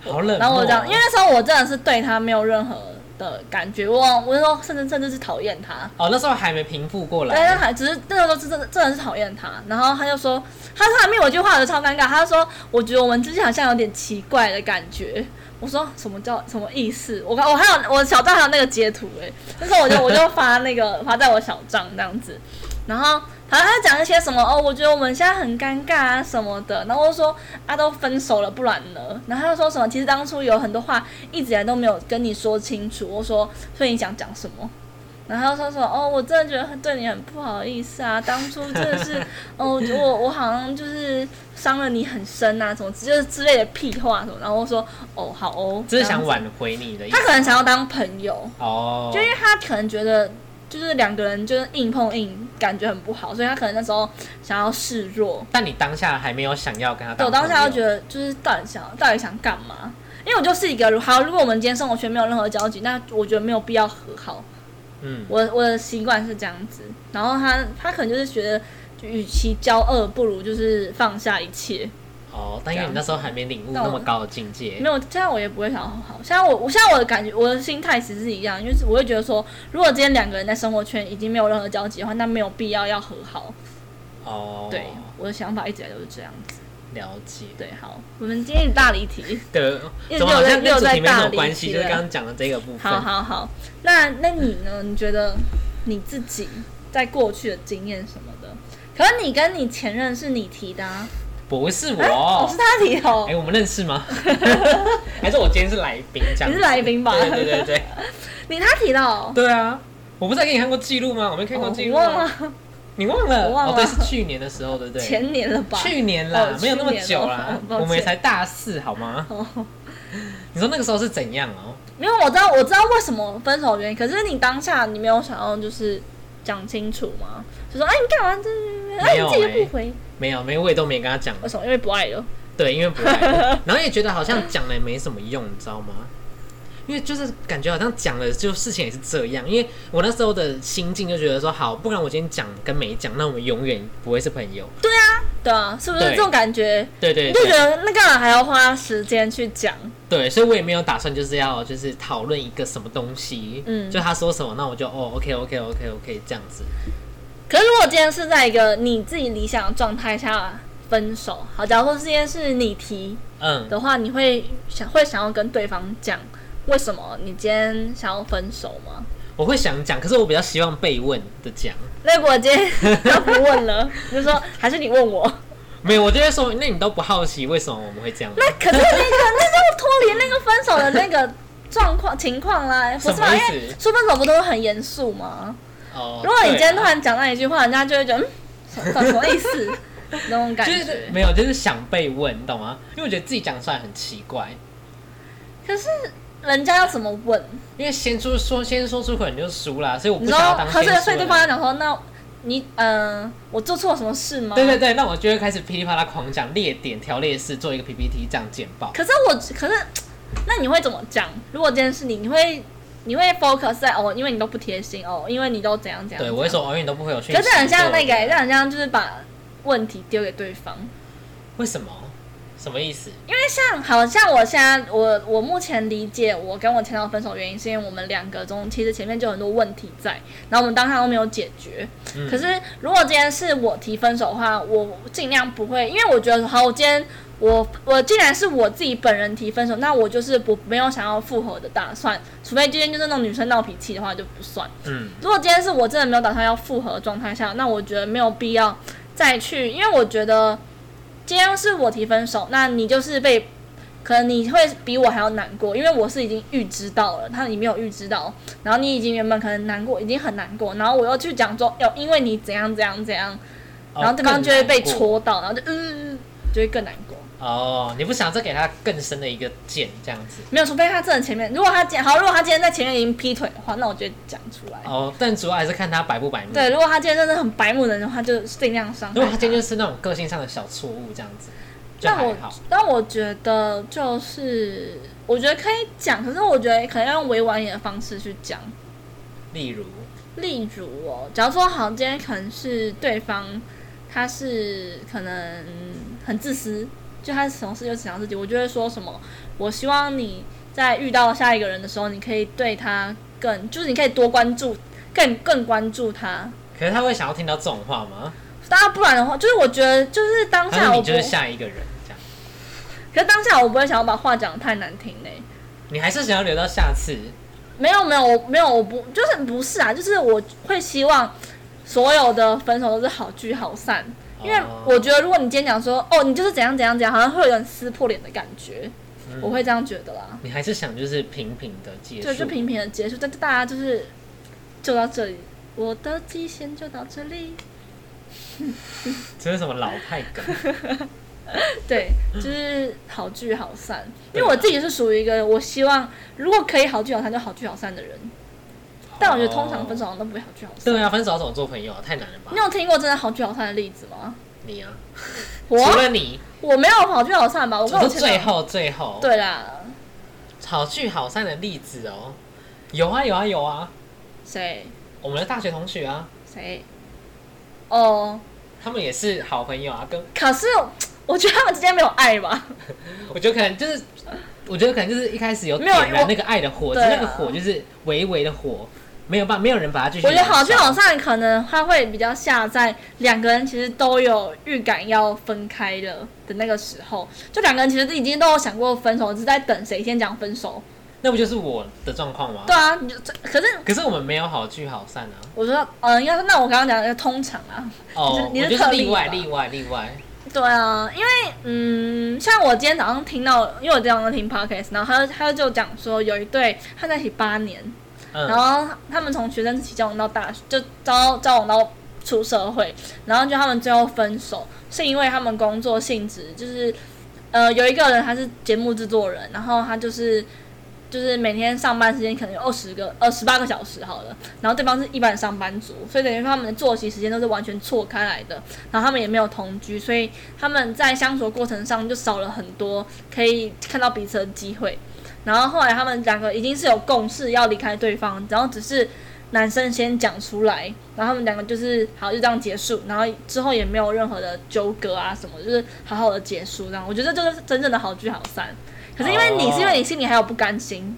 [SPEAKER 2] 好冷漠哦。
[SPEAKER 1] 然后我就这样，因为那时候我真的是对他没有任何的感觉，我我就说甚至甚至是讨厌他。
[SPEAKER 2] 哦那时候还没平复过
[SPEAKER 1] 对，哎那
[SPEAKER 2] 来，
[SPEAKER 1] 还只是那时候真的真的是讨厌他，然后他就说，他突然密我一句话，我就超尴尬。他就说，我觉得我们之间好像有点奇怪的感觉。我说什么叫什么意思？我刚我还有我小账还有那个截图哎、欸，那时候我就我就发那个发在我小账这样子，然后反正他讲一些什么哦，我觉得我们现在很尴尬啊什么的，然后我就说啊都分手了，不然呢？然后他就说什么其实当初有很多话一直以来都没有跟你说清楚，我说所以你想讲什么？然后他就说：“哦，我真的觉得对你很不好意思啊，当初真的是，哦，我我好像就是伤了你很深啊，什么就是之类的屁话什么。”然后我说：“哦，好哦。”
[SPEAKER 2] 只是想
[SPEAKER 1] 这样子
[SPEAKER 2] 挽回你的意思。
[SPEAKER 1] 他可能想要当朋友，
[SPEAKER 2] 哦，
[SPEAKER 1] 就因为他可能觉得就是两个人就是硬碰硬，感觉很不好，所以他可能那时候想要示弱。
[SPEAKER 2] 但你当下还没有想要跟他
[SPEAKER 1] 对
[SPEAKER 2] 当
[SPEAKER 1] 我当
[SPEAKER 2] 朋友，
[SPEAKER 1] 下就觉得就是到底想到底想干嘛？因为我就是一个，好，如果我们今天生活圈没有任何交集，那我觉得没有必要和好。
[SPEAKER 2] 嗯，
[SPEAKER 1] 我我的习惯是这样子，然后他他可能就是觉得，就与其骄傲，不如就是放下一切。
[SPEAKER 2] 哦，但因为你那时候还没领悟
[SPEAKER 1] 那我
[SPEAKER 2] 那么高的境界
[SPEAKER 1] 没，有，现在我也不会想要和好。现在我我现在我的感觉，我的心态其实是一样，因为是我会觉得说，如果今天两个人在生活圈已经没有任何交集的话，那没有必要要和好。
[SPEAKER 2] 哦，
[SPEAKER 1] 对，我的想法一直以来都是这样子。
[SPEAKER 2] 了解，
[SPEAKER 1] 对，好，我们今天大离题。
[SPEAKER 2] 对，
[SPEAKER 1] 又
[SPEAKER 2] 怎么好像跟
[SPEAKER 1] 又
[SPEAKER 2] 主
[SPEAKER 1] 在
[SPEAKER 2] 题没
[SPEAKER 1] 大
[SPEAKER 2] 什么
[SPEAKER 1] 理
[SPEAKER 2] 关系？
[SPEAKER 1] 题
[SPEAKER 2] 就是
[SPEAKER 1] 了
[SPEAKER 2] 刚刚讲的这个部分
[SPEAKER 1] 好，好好，那那你呢？你觉得你自己在过去的经验什么的？可是你跟你前任是你提的、啊，
[SPEAKER 2] 不是我，
[SPEAKER 1] 哦，是他提的哦
[SPEAKER 2] 哎、，我们认 识吗？还是我今天是来宾这样？
[SPEAKER 1] 你是来宾吧
[SPEAKER 2] 对对对对
[SPEAKER 1] 你他提的哦，
[SPEAKER 2] 对啊！我不是还给你看过记录吗？我没看过
[SPEAKER 1] 哦
[SPEAKER 2] 记录、
[SPEAKER 1] 我忘了，
[SPEAKER 2] 你忘了？
[SPEAKER 1] 我忘了
[SPEAKER 2] 哦，对，是去年的时候，对不对？
[SPEAKER 1] 前年了吧？
[SPEAKER 2] 去年啦，
[SPEAKER 1] 哦
[SPEAKER 2] 没有那么
[SPEAKER 1] 去年
[SPEAKER 2] 久
[SPEAKER 1] 哦
[SPEAKER 2] 啦，
[SPEAKER 1] 抱歉
[SPEAKER 2] 我们也才大四，好吗？
[SPEAKER 1] 哦，
[SPEAKER 2] 你说那个时候是怎样哦？
[SPEAKER 1] 没有，我知道，我知道为什么分手的原因，可是你当下你没有想要就是讲清楚吗？就说哎，你干嘛这？哎，
[SPEAKER 2] 没有
[SPEAKER 1] 你自己又
[SPEAKER 2] 欸
[SPEAKER 1] 不回，
[SPEAKER 2] 没有，没有，我也都没跟他讲。啊
[SPEAKER 1] 为什么？因为不爱了。
[SPEAKER 2] 对，因为 不爱了，然后也觉得好像讲了也没什么用，你知道吗？因为就是感觉好像讲了，就事情也是这样。因为我那时候的心境就觉得说，好，不然我今天讲跟没讲，那我们永远不会是朋友。
[SPEAKER 1] 对啊，是不是
[SPEAKER 2] 对
[SPEAKER 1] 这种感觉？
[SPEAKER 2] 对对
[SPEAKER 1] 你就觉
[SPEAKER 2] 对
[SPEAKER 1] 得那干嘛还要花时间去讲？
[SPEAKER 2] 对，所以我也没有打算就是要就是讨论一个什么东西，
[SPEAKER 1] 嗯
[SPEAKER 2] 就他说什么，那我就哦，OK OK OK OK 这样子。
[SPEAKER 1] 可是如果今天是在一个你自己理想的状态下分手，好，假如说今天是你提
[SPEAKER 2] 嗯，
[SPEAKER 1] 的话，你会想会想要跟对方讲为什么你今天想要分手 吗？
[SPEAKER 2] 我会想讲，可是我比较希望被问的讲。
[SPEAKER 1] 那如果今天他不问了，你就说还是你问我，
[SPEAKER 2] 没有，我就会说，那你都不好奇为什么我们会这样吗？
[SPEAKER 1] 那可是那个那就脱离那个分手的那个状况情况啦，不是
[SPEAKER 2] 什
[SPEAKER 1] 吗？
[SPEAKER 2] 么意
[SPEAKER 1] 因
[SPEAKER 2] 思
[SPEAKER 1] 为说分手不都是很严肃吗？
[SPEAKER 2] 哦，
[SPEAKER 1] 如果你今天
[SPEAKER 2] 对
[SPEAKER 1] 突
[SPEAKER 2] 啊
[SPEAKER 1] 然讲那一句话，人家就会觉得嗯，什么什么意思？ 那种感
[SPEAKER 2] 就是
[SPEAKER 1] 觉。
[SPEAKER 2] 没有，就是想被问，你懂吗？因为我觉得自己讲出来很奇怪，
[SPEAKER 1] 可是人家要怎么问？
[SPEAKER 2] 因为先出说先说出口你就输啦，所以我
[SPEAKER 1] 你
[SPEAKER 2] 不
[SPEAKER 1] 知
[SPEAKER 2] 想要
[SPEAKER 1] 道
[SPEAKER 2] 当，
[SPEAKER 1] 可
[SPEAKER 2] 先
[SPEAKER 1] 是所以对
[SPEAKER 2] 输
[SPEAKER 1] 方
[SPEAKER 2] 的
[SPEAKER 1] 要讲说，那你嗯、呃我做错了什么事吗？
[SPEAKER 2] 对对对，那我就会开始噼里啪啦狂讲列点、条列式，做一个 PPT 这样简报。
[SPEAKER 1] 可是我，可是那你会怎么讲？如果今天是你，你会你会 focus 在哦，因为你都不贴心哦，因为你都怎样怎样。
[SPEAKER 2] 对，我会
[SPEAKER 1] 怎样。
[SPEAKER 2] 说哦永远都不会有讯息。
[SPEAKER 1] 可是很像那个、
[SPEAKER 2] 对
[SPEAKER 1] 让很像就是把问题丢给对方。
[SPEAKER 2] 为什么？什么意思？
[SPEAKER 1] 因为像好像我现在我我目前理解我跟我前男友分手的原因，是因为我们两个中其实前面就有很多问题在，然后我们当下都没有解决。
[SPEAKER 2] 嗯
[SPEAKER 1] 可是如果今天是我提分手的话，我尽量不会，因为我觉得好，我今天我我既然是我自己本人提分手，那我就是不没有想要复合的打算，除非今天就是那种女生闹脾气的话就不算。
[SPEAKER 2] 嗯，
[SPEAKER 1] 如果今天是我真的没有打算要复合的状态下，那我觉得没有必要再去，因为我觉得今天是我提分手，那你就是被，可能你会比我还要难过，因为我是已经预知到了，他你没有预知到，然后你已经原本可能难过，已经很难过，然后我又去讲说，哦，因为你怎样怎样怎样，
[SPEAKER 2] 哦
[SPEAKER 1] 然后对方就会被
[SPEAKER 2] 戳。
[SPEAKER 1] 戳到，然后就嗯，就会更难过。
[SPEAKER 2] 哦，你不想再给他更深的一个箭这样子？
[SPEAKER 1] 没有，除非他真的前面，如果他今好，如果他今天在前面已经劈腿的话，那我就会讲出来。
[SPEAKER 2] 哦，但主要还是看他白不白目。
[SPEAKER 1] 对，如果他今天真的很白目的人的话，就尽量伤害。
[SPEAKER 2] 如果他今天就是那种个性上的小错误这样子，就
[SPEAKER 1] 但
[SPEAKER 2] 还
[SPEAKER 1] 我
[SPEAKER 2] 好。
[SPEAKER 1] 但我觉得就是，我觉得可以讲，可是我觉得可能要用委婉一点的方式去讲。
[SPEAKER 2] 例如，
[SPEAKER 1] 例如哦，假如说好，今天可能是对方他是可能很自私，就他什么事就只想自己，我就会说什么，我希望你在遇到下一个人的时候，你可以对他更，就是你可以多关注，更更关注他。
[SPEAKER 2] 可是他会想要听到这种话吗？
[SPEAKER 1] 当然，不然的话，就是我觉得，就是当
[SPEAKER 2] 还是
[SPEAKER 1] 下我
[SPEAKER 2] 你
[SPEAKER 1] 不，
[SPEAKER 2] 就是下一个人这样？
[SPEAKER 1] 可是当下我不会想要把话讲得太难听嘞、
[SPEAKER 2] 你还是想要留到下次？
[SPEAKER 1] 没有没有，我没有，我不就是不是啊，就是我会希望所有的分手都是好聚好散，因为
[SPEAKER 2] 哦
[SPEAKER 1] 我觉得如果你今天讲说哦，你就是怎样怎样怎样，好像会有点撕破脸的感觉，
[SPEAKER 2] 嗯
[SPEAKER 1] 我会这样觉得啦。
[SPEAKER 2] 你还是想就是平平的结束，
[SPEAKER 1] 对，就平平的结束，但大家就是就到这里，我的极限就到这 里。
[SPEAKER 2] 这是什么老派 梗？
[SPEAKER 1] 对，就是好聚好散，因
[SPEAKER 2] 对
[SPEAKER 1] 为
[SPEAKER 2] 啊
[SPEAKER 1] 我自己是属于一个我希望如果可以好聚好散就好聚好散的人，但我觉得通常分手
[SPEAKER 2] 哦
[SPEAKER 1] 好像都不会好聚好散。
[SPEAKER 2] 对啊，分手要怎么做朋友啊？太难了吧
[SPEAKER 1] 你？有听过真的好聚好散的例子吗？
[SPEAKER 2] 你啊，
[SPEAKER 1] 我
[SPEAKER 2] 除了你，
[SPEAKER 1] 我没有跑去好散吧，我
[SPEAKER 2] 我
[SPEAKER 1] 跟我
[SPEAKER 2] 说
[SPEAKER 1] 前男
[SPEAKER 2] 最
[SPEAKER 1] 友
[SPEAKER 2] 后最后，，
[SPEAKER 1] 对啦，
[SPEAKER 2] 好聚好散的例子哦，有啊有啊有啊，
[SPEAKER 1] 谁
[SPEAKER 2] 我们的大学同学啊，
[SPEAKER 1] 谁哦，
[SPEAKER 2] 他们也是好朋友啊，跟
[SPEAKER 1] 可是我觉得他们之间没有爱吧？
[SPEAKER 2] 我觉得可能就是，我觉得可能就是一开始有
[SPEAKER 1] 没有
[SPEAKER 2] 点燃
[SPEAKER 1] 我
[SPEAKER 2] 那个爱的火，只
[SPEAKER 1] 对
[SPEAKER 2] 是
[SPEAKER 1] 啊
[SPEAKER 2] 那个火就是微微的火，没有办法，没有人把它继续
[SPEAKER 1] 我
[SPEAKER 2] 燃
[SPEAKER 1] 觉
[SPEAKER 2] 烧。
[SPEAKER 1] 得好聚好散可能他会比较下在两个人其实都有预感要分开了的那个时候，就两个人其实已经都有想过分手，只是在等谁先讲分手。
[SPEAKER 2] 那不就是我的状况吗？
[SPEAKER 1] 对啊，你就这可是呃
[SPEAKER 2] 可是我们没有好聚好散啊。
[SPEAKER 1] 我说，嗯、应该说那我刚刚讲的通常啊，
[SPEAKER 2] 哦，
[SPEAKER 1] 你是
[SPEAKER 2] 我就是
[SPEAKER 1] 特例
[SPEAKER 2] 例外，
[SPEAKER 1] 吧
[SPEAKER 2] 例外，例外。
[SPEAKER 1] 对啊，因为嗯，像我今天早上听到，因为我今天早上听 podcast，然后他就他就讲说有一对他在一起八年，然
[SPEAKER 2] 嗯，
[SPEAKER 1] 后他们从学生时期交往到大学，就交交往到出社会，然后就他们最后分手，是因为他们工作性质就是，呃，有一个人他是节目制作人，然后他就是就是每天上班时间可能有二十个呃十八个小时好了，然后对方是一般上班族，所以等于说他们的作息时间都是完全错开来的，然后他们也没有同居，所以他们在相处的过程上就少了很多可以看到彼此的机会。然后后来他们两个已经是有共识要离开对方，然后只是男生先讲出来，然后他们两个就是好就这样结束，然后之后也没有任何的纠葛啊什么，就是好好的结束这样。我觉得这就是真正的好聚好散。可是因为你
[SPEAKER 2] 哦
[SPEAKER 1] 是因为你心里还有不甘心，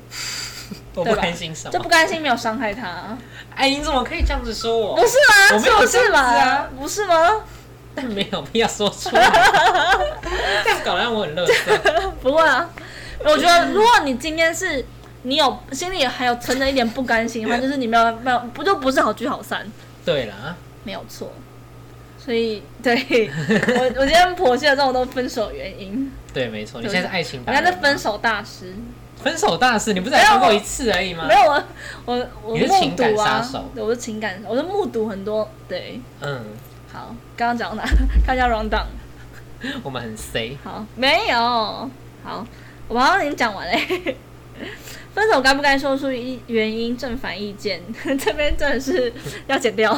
[SPEAKER 2] 我不
[SPEAKER 1] 对吧
[SPEAKER 2] 甘心什
[SPEAKER 1] 这不
[SPEAKER 2] 么？
[SPEAKER 1] 甘心没有伤害他，
[SPEAKER 2] 哎，你怎么可以这样子说我
[SPEAKER 1] 不？哦是吗？
[SPEAKER 2] 我没有
[SPEAKER 1] 不是吧？
[SPEAKER 2] 这样子啊
[SPEAKER 1] 不是吗？
[SPEAKER 2] 但没有必要说出 来，这样搞得让我很乐色。
[SPEAKER 1] 不会啊，我觉得如果你今天是你有心里还有存着一点不甘心的话，就是你没有没有不就不是好聚好散，
[SPEAKER 2] 对啦，
[SPEAKER 1] 没有错。所以 对我我今天剖析了这么多分手原因，
[SPEAKER 2] 对，没错，你现在是爱情
[SPEAKER 1] 我
[SPEAKER 2] 版。
[SPEAKER 1] 现在是分手大师，
[SPEAKER 2] 分手大事，你不是才分过一次而已吗？
[SPEAKER 1] 没有我我我
[SPEAKER 2] 啊你是
[SPEAKER 1] 目
[SPEAKER 2] 情感
[SPEAKER 1] 睹啊
[SPEAKER 2] 杀手，
[SPEAKER 1] 对我是情感，我是目睹很多对。
[SPEAKER 2] 嗯，
[SPEAKER 1] 好，刚刚讲到哪？ 看一下 round down。
[SPEAKER 2] 我们很 C，
[SPEAKER 1] 好，没有。好，我好像已经讲完嘞。 分手该不该说出一原因正反意见， 这边真的是要剪 掉。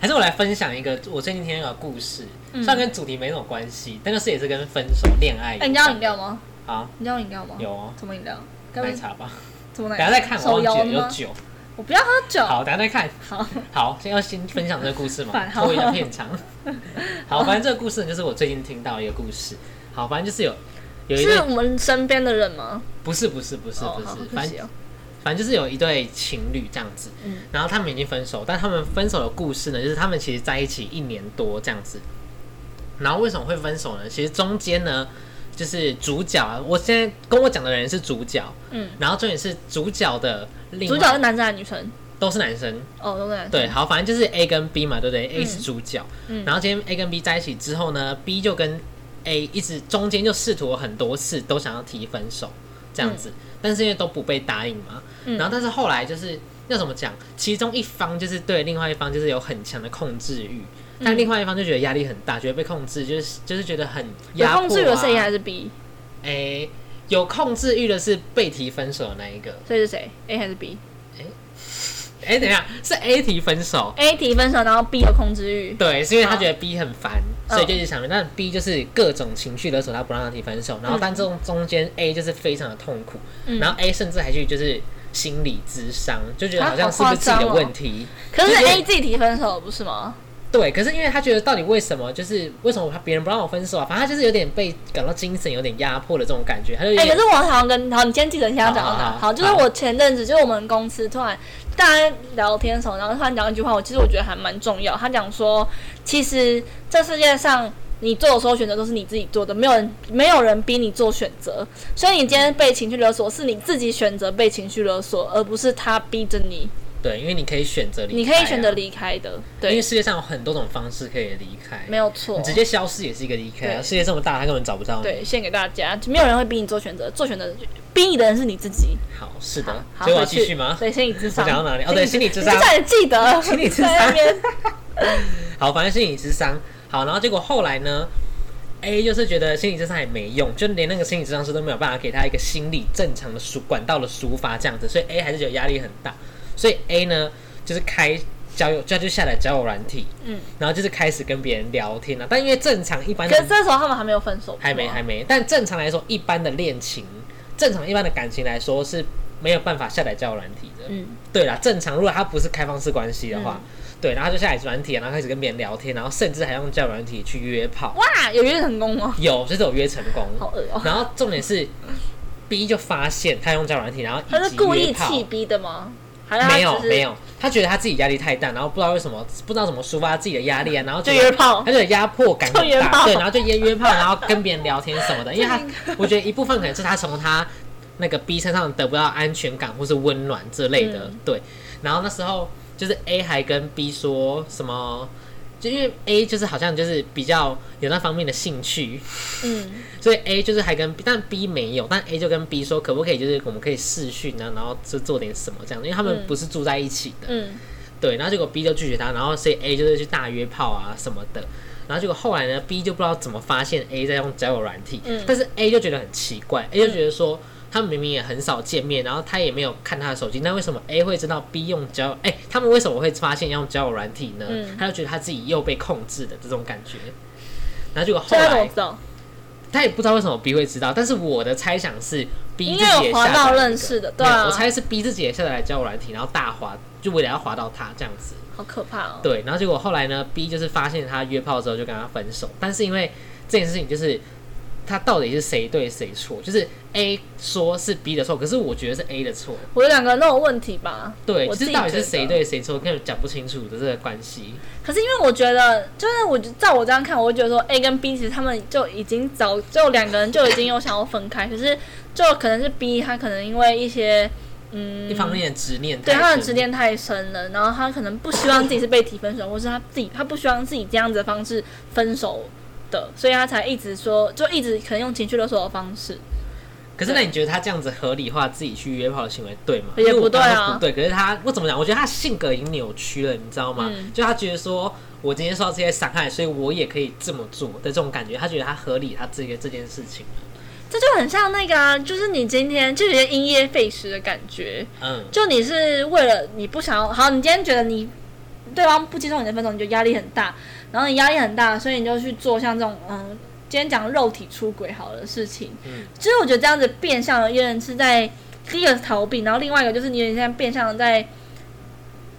[SPEAKER 2] 还是我来分享一个我最近听到的故事，
[SPEAKER 1] 嗯
[SPEAKER 2] 虽然跟主题没什么关系，但就是也是跟分手、恋爱
[SPEAKER 1] 哎、
[SPEAKER 2] 有关。
[SPEAKER 1] 你要饮料吗？
[SPEAKER 2] 好，
[SPEAKER 1] 你要饮料吗？
[SPEAKER 2] 有哦，
[SPEAKER 1] 什么饮料？该不
[SPEAKER 2] 奶
[SPEAKER 1] 是
[SPEAKER 2] 茶吧，
[SPEAKER 1] 什么奶
[SPEAKER 2] 等
[SPEAKER 1] 茶？
[SPEAKER 2] 下再看，我
[SPEAKER 1] 手摇
[SPEAKER 2] 忘
[SPEAKER 1] 的
[SPEAKER 2] 记了有
[SPEAKER 1] 吗？
[SPEAKER 2] 酒。
[SPEAKER 1] 我不要喝酒。
[SPEAKER 2] 好，等下再看。
[SPEAKER 1] 好，
[SPEAKER 2] 好，先要先分享这个故事嘛
[SPEAKER 1] 反， 好
[SPEAKER 2] 拖延片长。好，反正这个故事呢就是我最近听到的一个故事。好，反正就是有有一
[SPEAKER 1] 是
[SPEAKER 2] 对，
[SPEAKER 1] 我们身边的人吗？
[SPEAKER 2] 不是不是不是
[SPEAKER 1] 哦
[SPEAKER 2] 不
[SPEAKER 1] 好
[SPEAKER 2] 是，
[SPEAKER 1] 可
[SPEAKER 2] 反
[SPEAKER 1] 惜
[SPEAKER 2] 正
[SPEAKER 1] 哦。
[SPEAKER 2] 反正就是有一对情侣这样子
[SPEAKER 1] 嗯，
[SPEAKER 2] 然后他们已经分手，但他们分手的故事呢，就是他们其实在一起一年多这样子。然后为什么会分手呢？其实中间呢，就是主角啊，我现在跟我讲的人是主角，
[SPEAKER 1] 嗯，
[SPEAKER 2] 然后重点是主角的另
[SPEAKER 1] 主角是
[SPEAKER 2] 外
[SPEAKER 1] 男生还是女生？
[SPEAKER 2] 都是男生，
[SPEAKER 1] 哦，都是男生。
[SPEAKER 2] 对，好，反正就是 A 跟 B 嘛，对不对？A 是主角，
[SPEAKER 1] 嗯
[SPEAKER 2] 然后今天 A 跟 B 在一起之后呢，B 就跟 A 一直中间就试图很多次都想要提分手这样子，但是因为都不被答应嘛，
[SPEAKER 1] 嗯
[SPEAKER 2] 然后但是后来就是要怎么讲，其中一方就是对另外一方就是有很强的控制欲，但
[SPEAKER 1] 嗯
[SPEAKER 2] 另外一方就觉得压力很大，觉得被控制，就是就是觉得很
[SPEAKER 1] 有
[SPEAKER 2] 压迫、啊。
[SPEAKER 1] 控制欲的是 A 还是 B？
[SPEAKER 2] 哎、有控制欲的是被提分手的那一个。
[SPEAKER 1] 所以是谁？A 还是 B？A
[SPEAKER 2] 哎、等一下，是 A 提分手，
[SPEAKER 1] 提分手，然后 B 有控制欲。
[SPEAKER 2] 对，是因为他
[SPEAKER 1] 好
[SPEAKER 2] 觉得 B 很烦，
[SPEAKER 1] 嗯
[SPEAKER 2] 所以就一直想。但 B 就是各种情绪勒索他，不让他提分手。然后，但这种中间 A 就是非常的痛苦，
[SPEAKER 1] 嗯
[SPEAKER 2] 然后 A 甚至还去就是心理咨商，就觉得
[SPEAKER 1] 啊
[SPEAKER 2] 好像是不是自己
[SPEAKER 1] 好夸
[SPEAKER 2] 的
[SPEAKER 1] 张哦
[SPEAKER 2] 问题。
[SPEAKER 1] 可是
[SPEAKER 2] 就是
[SPEAKER 1] A 自己提分手不是吗？
[SPEAKER 2] 对，可是因为他觉得到底为什么，就是为什么他别人不让我分手啊？反正他就是有点被感到精神有点压迫的这种感觉，他就有
[SPEAKER 1] 哎、
[SPEAKER 2] 点
[SPEAKER 1] 可是我好像跟好，你先记得你先要讲到
[SPEAKER 2] 好好
[SPEAKER 1] 哪？
[SPEAKER 2] 好
[SPEAKER 1] 好，就是
[SPEAKER 2] 好
[SPEAKER 1] 我前阵子就是我们公司突然大家聊天的时候，然后突然讲一句话，我其实我觉得还蛮重要。他讲说，其实这世界上你做的所有选择都是你自己做的，没有人没有人逼你做选择，所以你今天被情绪勒索是你自己选择被情绪勒索，而不是他逼着你，
[SPEAKER 2] 对，因为你可以选择离开啊、
[SPEAKER 1] 你可以选择离开的，
[SPEAKER 2] 因为
[SPEAKER 1] 对，
[SPEAKER 2] 世界上有很多种方式可以离开，
[SPEAKER 1] 没有错
[SPEAKER 2] 你。直接消失也是一个离开、啊。
[SPEAKER 1] 对
[SPEAKER 2] 世界这么大，他根本找不到你。
[SPEAKER 1] 对，献给大家，没有人会逼你做选择，做选择逼你的人是你自己。
[SPEAKER 2] 好，是的，
[SPEAKER 1] 好，
[SPEAKER 2] 所以我要
[SPEAKER 1] 回
[SPEAKER 2] 继续吗？
[SPEAKER 1] 对，心理智
[SPEAKER 2] 我
[SPEAKER 1] 商。
[SPEAKER 2] 讲到哪里？哦，对，心理智商
[SPEAKER 1] 你。至少也记得，
[SPEAKER 2] 心理智商
[SPEAKER 1] 在那边，
[SPEAKER 2] 好，反正心理智商。好，然后结果后来呢？A 就是觉得心理智商也没用，就连那个心理智商师都没有办法给他一个心理正常的抒管道的抒发这样子，所以 A 还是觉得压力很大。所以 A 呢，就是开交友，就就下载交友软体，
[SPEAKER 1] 嗯，
[SPEAKER 2] 然后就是开始跟别人聊天了、但因为正常一般
[SPEAKER 1] 可
[SPEAKER 2] 的
[SPEAKER 1] 是这时候他们还没有分手，
[SPEAKER 2] 还没
[SPEAKER 1] 是吗
[SPEAKER 2] 还没，但正常来说，一般的恋情，正常一般的感情来说是没有办法下载交友软体的。
[SPEAKER 1] 嗯，
[SPEAKER 2] 对啦，正常如果他不是开放式关系的话，对，然后他就下载软体，然后开始跟别人聊天，然后甚至还用交友软体去约炮，
[SPEAKER 1] 哇，有约成功吗？
[SPEAKER 2] 有就是有约成功。
[SPEAKER 1] 哦好恶哦、
[SPEAKER 2] 然后重点是 B 就发现他用交友软体，然后
[SPEAKER 1] 他
[SPEAKER 2] 以
[SPEAKER 1] 是
[SPEAKER 2] 及
[SPEAKER 1] 故
[SPEAKER 2] 约
[SPEAKER 1] 意
[SPEAKER 2] 炮
[SPEAKER 1] 气。逼的吗？还是他
[SPEAKER 2] 没有
[SPEAKER 1] 只是
[SPEAKER 2] 没，有，他觉得他自己压力太大，然后不知道为什么不知道怎么抒发自己的压力啊，然后
[SPEAKER 1] 就
[SPEAKER 2] 觉得
[SPEAKER 1] 约炮
[SPEAKER 2] 他。就有压迫感
[SPEAKER 1] 就
[SPEAKER 2] 很
[SPEAKER 1] 约
[SPEAKER 2] 大，
[SPEAKER 1] 炮
[SPEAKER 2] 对，然后就约约炮，然后跟别人聊天什 么的，因为他我觉得一部分可能是他从他那个 B 身上得不到安全感或是温暖
[SPEAKER 1] 嗯
[SPEAKER 2] 之类的，对。然后那时候就是 A 还跟 B 说什么，就因为 A 就是好像就是比较有那方面的兴趣，
[SPEAKER 1] 嗯，
[SPEAKER 2] 所以 A 就是还跟 B，但 B 没有，但 A 就跟 B 说可不可以就是我们可以试训啊，然后就做点什么这样，因为他们
[SPEAKER 1] 嗯
[SPEAKER 2] 不是住在一起的，
[SPEAKER 1] 嗯，
[SPEAKER 2] 对，然后结果 B 就拒绝他，然后所以 A 就是去大约炮啊什么的，然后结果后来呢，B 就不知道怎么发现 A 在用交友软体，
[SPEAKER 1] 嗯
[SPEAKER 2] 但是 A 就觉得很奇怪，A 就觉得说。他们明明也很少见面，然后他也没有看他的手机，那为什么 A 会知道 B 用交？哎、他们为什么会发现要用交友软体呢？
[SPEAKER 1] 嗯
[SPEAKER 2] 他就觉得他自己又被控制的这种感觉。然后结果后
[SPEAKER 1] 所以他怎
[SPEAKER 2] 来
[SPEAKER 1] 么知道？
[SPEAKER 2] 他也不知道为什么 B 会知道，但是我的猜想是 B
[SPEAKER 1] 应
[SPEAKER 2] 自
[SPEAKER 1] 该
[SPEAKER 2] 己也
[SPEAKER 1] 有滑
[SPEAKER 2] 下载
[SPEAKER 1] 到
[SPEAKER 2] 了
[SPEAKER 1] 认
[SPEAKER 2] 一个
[SPEAKER 1] 识的，
[SPEAKER 2] 没
[SPEAKER 1] 对
[SPEAKER 2] 有
[SPEAKER 1] 啊
[SPEAKER 2] 我，猜是 B 自己也下载来交友软体，然后大滑，就为了要滑到他这样子。
[SPEAKER 1] 好可怕哦。
[SPEAKER 2] 对，然后结果后来呢，B 就是发现他约炮之后就跟他分手，但是因为这件事情就是他到底是谁对谁错，就是 A 说是 B 的错，可是我觉得是 A 的错，
[SPEAKER 1] 我觉得两个人都有问题吧。
[SPEAKER 2] 对，
[SPEAKER 1] 我
[SPEAKER 2] 就
[SPEAKER 1] 自
[SPEAKER 2] 是
[SPEAKER 1] 己
[SPEAKER 2] 到底是
[SPEAKER 1] 觉得
[SPEAKER 2] 谁对谁错，根本讲不清楚的这个关系。
[SPEAKER 1] 可是因为我觉得，就是我照我这样看，我会觉得说 A 跟 B 其实他们就已经早就两个人就已经有想要分开，可是就可能是 B 他可能因为一些嗯
[SPEAKER 2] 一方面的执念太
[SPEAKER 1] 对
[SPEAKER 2] 深，
[SPEAKER 1] 他的执念太深了，然后他可能不希望自己是被提分手，或是他自己他不希望自己这样子的方式分手的，所以他才一直说，就一直可能用情绪勒索的方式。
[SPEAKER 2] 可是那你觉得他这样子合理化自己去约炮的行为对吗？
[SPEAKER 1] 也
[SPEAKER 2] 因为我
[SPEAKER 1] 不对
[SPEAKER 2] 刚刚
[SPEAKER 1] 啊
[SPEAKER 2] 不对。可是他我怎么讲？我觉得他性格已经扭曲了，你知道吗？
[SPEAKER 1] 嗯
[SPEAKER 2] 就他觉得说我今天受到这些伤害，所以我也可以这么做的这种感觉，他觉得他合理他这个这件事情。
[SPEAKER 1] 这就很像那个、啊，就是你今天就有点因噎废食的感觉，
[SPEAKER 2] 嗯，
[SPEAKER 1] 就你是为了你不想要，好，你今天觉得你对方不接受你的分手，你就压力很大，然后你压力很大，所以你就去做像这种嗯，今天讲肉体出轨好的事情，
[SPEAKER 2] 嗯，
[SPEAKER 1] 其实我觉得这样子变相的有点是在第一个是逃避，然后另外一个就是你有点像变相的在，